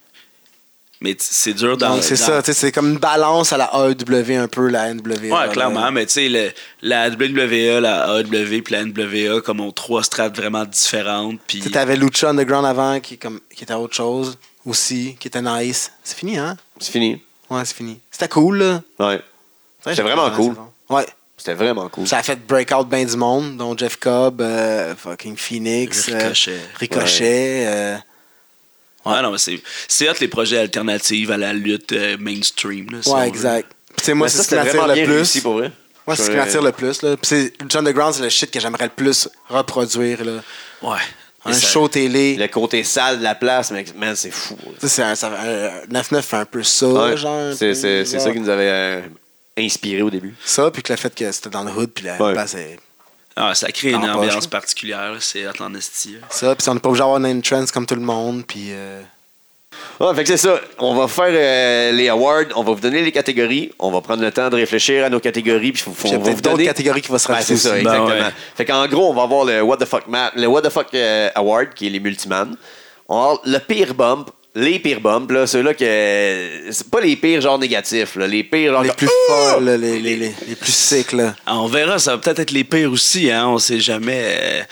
S2: Mais t- c'est dur dans
S4: Donc, c'est
S2: dans-
S4: ça, tu sais, c'est comme une balance à la AEW un peu, la NW.
S2: Ouais, clairement, mais tu sais, le- la WWE, la AEW puis la NWA, comme ont trois strates vraiment différentes. Puis
S4: Tu avais Lucha Underground avant qui, est comme, qui était autre chose aussi, qui était nice. C'est fini, hein?
S1: C'est fini.
S4: Ouais, c'est fini. C'était cool, là.
S1: Ouais.
S4: Ouais,
S1: C'était vraiment
S4: la
S1: cool.
S4: saison. Ouais.
S1: C'était vraiment cool.
S4: Ça a fait breakout ben du monde, dont Jeff Cobb, euh, fucking Phoenix, euh,
S2: Ricochet.
S4: Ricochet, euh,
S2: Ouais, non, mais c'est c'est hot les projets alternatifs à la lutte euh, mainstream. Là, si on
S4: ouais,
S2: veut.
S4: exact. Puis, tu sais, moi,
S1: Mais
S4: c'est
S1: ça,
S4: ce qui
S1: c'était
S4: m'attire
S1: vraiment
S4: le
S1: bien
S4: plus.
S1: réussi pour vrai.
S4: Moi, c'est ce qui
S1: Je-
S4: m'attire le plus. Là. Puis c'est- Lucha Underground, c'est le shit que j'aimerais le plus reproduire. Là.
S2: Ouais.
S4: Un
S2: Et ça-
S4: show télé.
S1: Le côté sale de la place, mais man, c'est fou.
S4: Tu sais, c'est un- ça- un- 9-9 fait un peu ça,
S1: Ouais.
S4: genre. un
S1: C'est
S4: peu,
S1: c'est- c'est
S4: genre.
S1: ça qui nous avait euh, inspiré au début.
S4: Ça, puis que le fait que c'était dans le hood, puis la
S1: Ouais.
S4: place est...
S2: Ah, ça crée une
S4: Ah, pas, je
S2: ambiance
S4: trouve.
S2: particulière, c'est hot en esti, là.
S4: Ça, puis on n'est pas obligé d'avoir une entrance comme tout le monde, puis... euh,
S1: Ouais, fait que c'est ça. On va faire euh, les awards, on va vous donner les catégories, on va prendre le temps de réfléchir à nos catégories, puis faut-
S4: Puis il y a
S1: on va
S4: peut-être
S1: vous
S4: d'autres
S1: donner-
S4: catégories qui vont se
S1: Ben,
S4: rajouter
S1: c'est ça,
S4: aussi.
S2: Ben
S1: exactement.
S2: ouais.
S1: Fait qu'en gros, on va avoir le What the fuck ma- le What the fuck euh, award qui est les multiman. On va avoir le pire bump, les pires bumps là, ceux-là que c'est pas les pires genre négatifs là, les pires genre
S4: Les
S1: comme-
S4: plus
S1: Ah!
S4: folles, là, les, les, les, les plus sick, là.
S2: Ah, on verra, ça va peut-être être les pires aussi, hein. On sait jamais euh,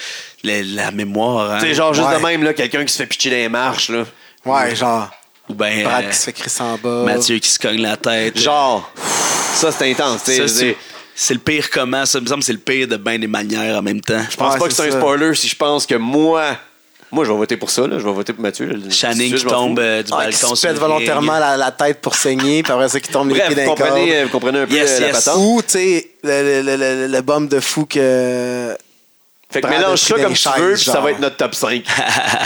S2: la, la mémoire, hein.
S1: Tu sais, genre juste
S4: Ouais.
S1: de même là, quelqu'un qui se fait pitcher dans les marches là.
S4: Ouais, genre,
S2: Ou ben,
S4: Brad
S2: euh,
S4: qui se fait crisser en bas.
S2: Mathieu qui se cogne la tête.
S1: Genre ça c'est intense, tu sais,
S2: Ça,
S1: je veux dire,
S2: c'est c'est le pire comment, ça me semble que c'est le pire de bien des manières en même temps.
S1: Je pense
S4: Ouais,
S1: pas que
S4: c'est
S1: c'est un
S4: ça.
S1: spoiler si je pense que moi moi je vais voter pour ça là, je vais voter pour Mathieu. là.
S2: Channing
S1: Je
S2: qui
S1: m'en fous.
S2: tombe euh, du
S4: Ah, qui
S2: balcon
S4: se
S2: sur
S4: pète
S2: le ring.
S4: volontairement la, la tête pour saigner, puis après ça, qui tombe les pieds
S1: Bref,
S4: d'un
S1: vous
S4: corps.
S1: comprenez, vous comprenez un peu
S2: Yes,
S1: euh, la
S2: yes.
S1: patente.
S4: Ou, tu sais, le, le, le, le, le bum de fou que.
S1: Fait que
S4: Brad
S1: mélange
S4: a
S1: ça
S4: pris
S1: comme
S4: des
S1: tu veux,
S4: chaises,
S1: puis ça
S4: genre.
S1: va être notre top 5.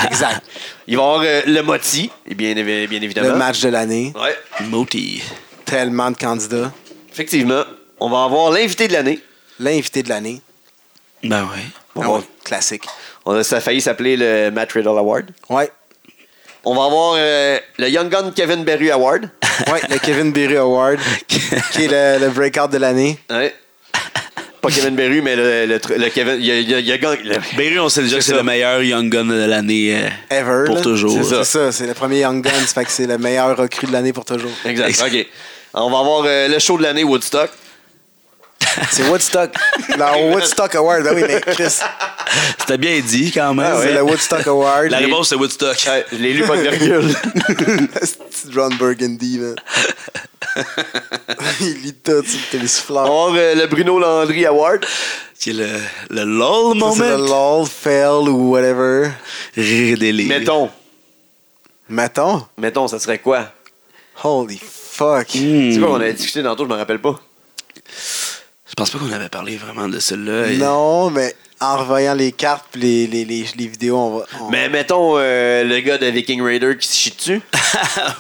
S4: Exact.
S1: Il va y avoir euh, le Moti, et bien, évi- bien évidemment.
S4: Le match de l'année.
S1: Ouais.
S2: Moti.
S4: Tellement de candidats.
S1: Effectivement, on va avoir l'invité de l'année.
S4: L'invité de l'année.
S2: Ben ouais.
S1: On
S4: Ah
S1: va-
S4: ouais, Classique.
S1: On a, ça a failli s'appeler le Matt Riddle Award.
S4: Ouais.
S1: On va avoir euh, le Young Gun Kevin Berry Award.
S4: Ouais, le Kevin Berry Award, qui est le, le breakout de l'année.
S1: Ouais. Pas Kevin Berry, mais le, le tr- le Kevin. Il y a, il y a- il y a gang- le-
S2: Berry, on sait déjà que c'est
S1: ça.
S2: le meilleur Young Gun de l'année. euh,
S4: Ever.
S2: Pour
S4: là.
S2: toujours.
S4: C'est ça.
S1: ça.
S4: C'est le premier Young Guns, fait que c'est le meilleur recrue de l'année pour toujours.
S1: Exact. OK. On va avoir euh, le show de l'année Woodstock.
S4: C'est Woodstock. Le Woodstock Award, ben oui, mais Chris,
S2: C'était bien dit quand même.
S1: Ah
S4: c'est le Ah Woodstock Award.
S2: La réponse, c'est Woodstock.
S1: Ouais, Euh, je l'ai lu pas de virgule.
S4: C'est Ron Burgundy, man. Il lit
S1: on
S4: tout sur le
S1: va
S4: télésouffleur.
S1: avoir euh, le Bruno Landry Award.
S2: Qui est le, le LOL
S1: Oh,
S4: Ça, C'est le
S2: moment.
S4: LOL, fail ou whatever.
S2: Rire et délire.
S1: Mettons.
S4: Mettons.
S1: Mettons, ça serait quoi?
S4: Holy fuck.
S1: C'est quoi qu'on avait discuté tantôt, je me rappelle pas.
S2: Hmm. Je pense pas qu'on avait parlé vraiment de celui-là. Et-
S4: Non, mais en revoyant les cartes pis les, les, les, les vidéos, on va. on-
S1: Mais mettons euh, le gars de Viking Raider qui se chie dessus.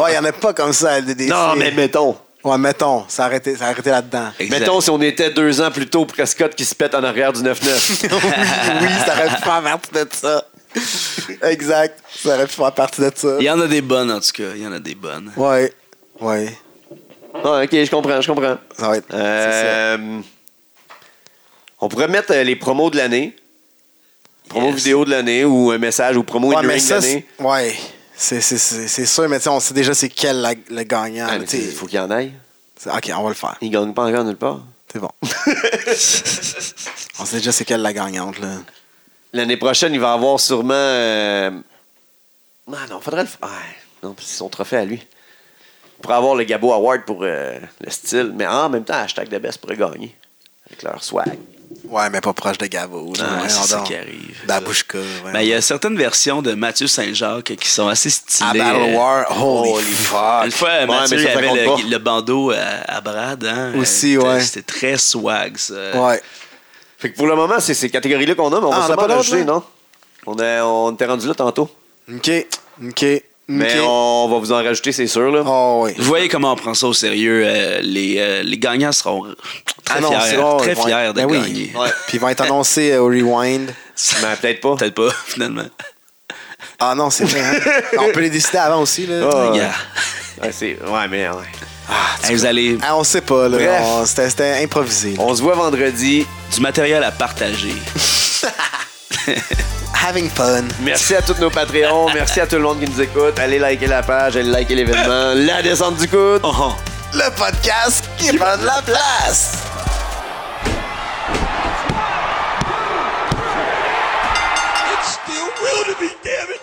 S4: Ouais, y en a pas comme ça à LDDC.
S1: Non, mais mettons.
S4: Ouais, mettons, ça a arrêté, ça a arrêté là-dedans.
S2: Exact.
S1: Mettons si on était deux ans plus tôt, Prescott qui se pète en arrière du 9-9.
S4: oui, oui, ça aurait pu faire partie de ça. exact. Ça aurait pu faire partie de ça.
S2: Il y en a des bonnes, en tout cas. Il y en a des bonnes.
S4: Ouais. Ouais.
S1: ah, ok, je comprends, je comprends.
S4: Ça va être.
S1: Euh, on pourrait mettre euh, les promos de l'année. Promo
S2: Yes.
S1: vidéo de l'année ou un message ou promo
S4: Ouais,
S1: in the
S4: mais
S1: ring de
S4: ça, c'est-
S1: l'année.
S4: ouais. C'est, c'est, c'est, c'est sûr, mais tu sais, on sait déjà c'est quel la- le gagnant.
S2: Ben,
S1: Ah,
S4: mais
S1: mais
S4: tu sais,
S1: Il faut qu'il y en aille.
S4: c'est- Ok, on va le faire.
S1: Il gagne pas encore nulle part.
S4: C'est bon. on sait déjà c'est quelle la gagnante, là.
S1: L'année prochaine, il va avoir sûrement. euh, Ah non, faudrait le faire. non, parce que c'est son trophée à lui. On pourrait avoir le Gabo Award pour euh, le style, mais en même temps, hashtag de best pourrait gagner. Avec leur swag.
S4: Ouais, mais pas proche de Gavo. là.
S2: Ah,
S4: Voyons
S2: c'est ça
S4: donc.
S2: qui arrive.
S4: Babushka.
S2: Ben, il y a certaines versions de Mathieu Saint-Jacques qui sont assez
S4: À
S2: stylées.
S4: Battle
S2: Euh,
S4: War, holy,
S1: Holy
S4: fuck.
S2: Une fois, Mathieu
S1: mais
S2: il
S1: ça, ça
S2: avait
S1: compte
S2: le, le bandeau à, à Brad. Hein?
S4: Aussi,
S2: Euh,
S4: ouais.
S2: C'était très swag, ça.
S4: Ouais.
S1: Fait que pour le moment, c'est ces catégories-là qu'on a, mais on
S4: Ah,
S1: va
S4: on a
S1: sûrement
S4: pas
S1: en
S4: d'autres,
S1: rajouter,
S4: là?
S1: non? On, est, on était rendu là tantôt.
S4: OK. OK.
S1: Mais
S4: OK.
S1: on va vous en rajouter, c'est sûr. Là.
S4: Oh, oui.
S2: Vous voyez comment on prend ça au sérieux. euh, les, euh, les gagnants seront très
S4: Ah non, c'est-
S2: fiers,
S4: oh,
S2: très
S4: ils vont
S2: fiers
S4: être-
S2: de
S4: ben oui.
S2: gagner.
S1: Ouais.
S4: Puis il va être annoncé euh, au Rewind.
S1: Mais peut-être pas.
S2: Peut-être pas, finalement.
S4: Ah non, c'est vrai. hein. on peut les décider avant aussi, là.
S1: Ah.
S2: Gars.
S1: Ouais, c'est- ouais, mais ouais.
S2: Hey, vous allez
S4: Ah, on sait pas, là.
S1: Bref.
S4: On- C'était c'était improvisé. là.
S1: On se voit vendredi.
S2: du matériel à partager.
S4: having fun.
S1: Merci à tous nos Patreons. Merci à tout le monde qui nous écoute. Allez liker la page, allez liker l'événement. La descente du coude.
S2: Oh,
S1: Le podcast qui prend de la place.
S5: It's still real to me, damn it!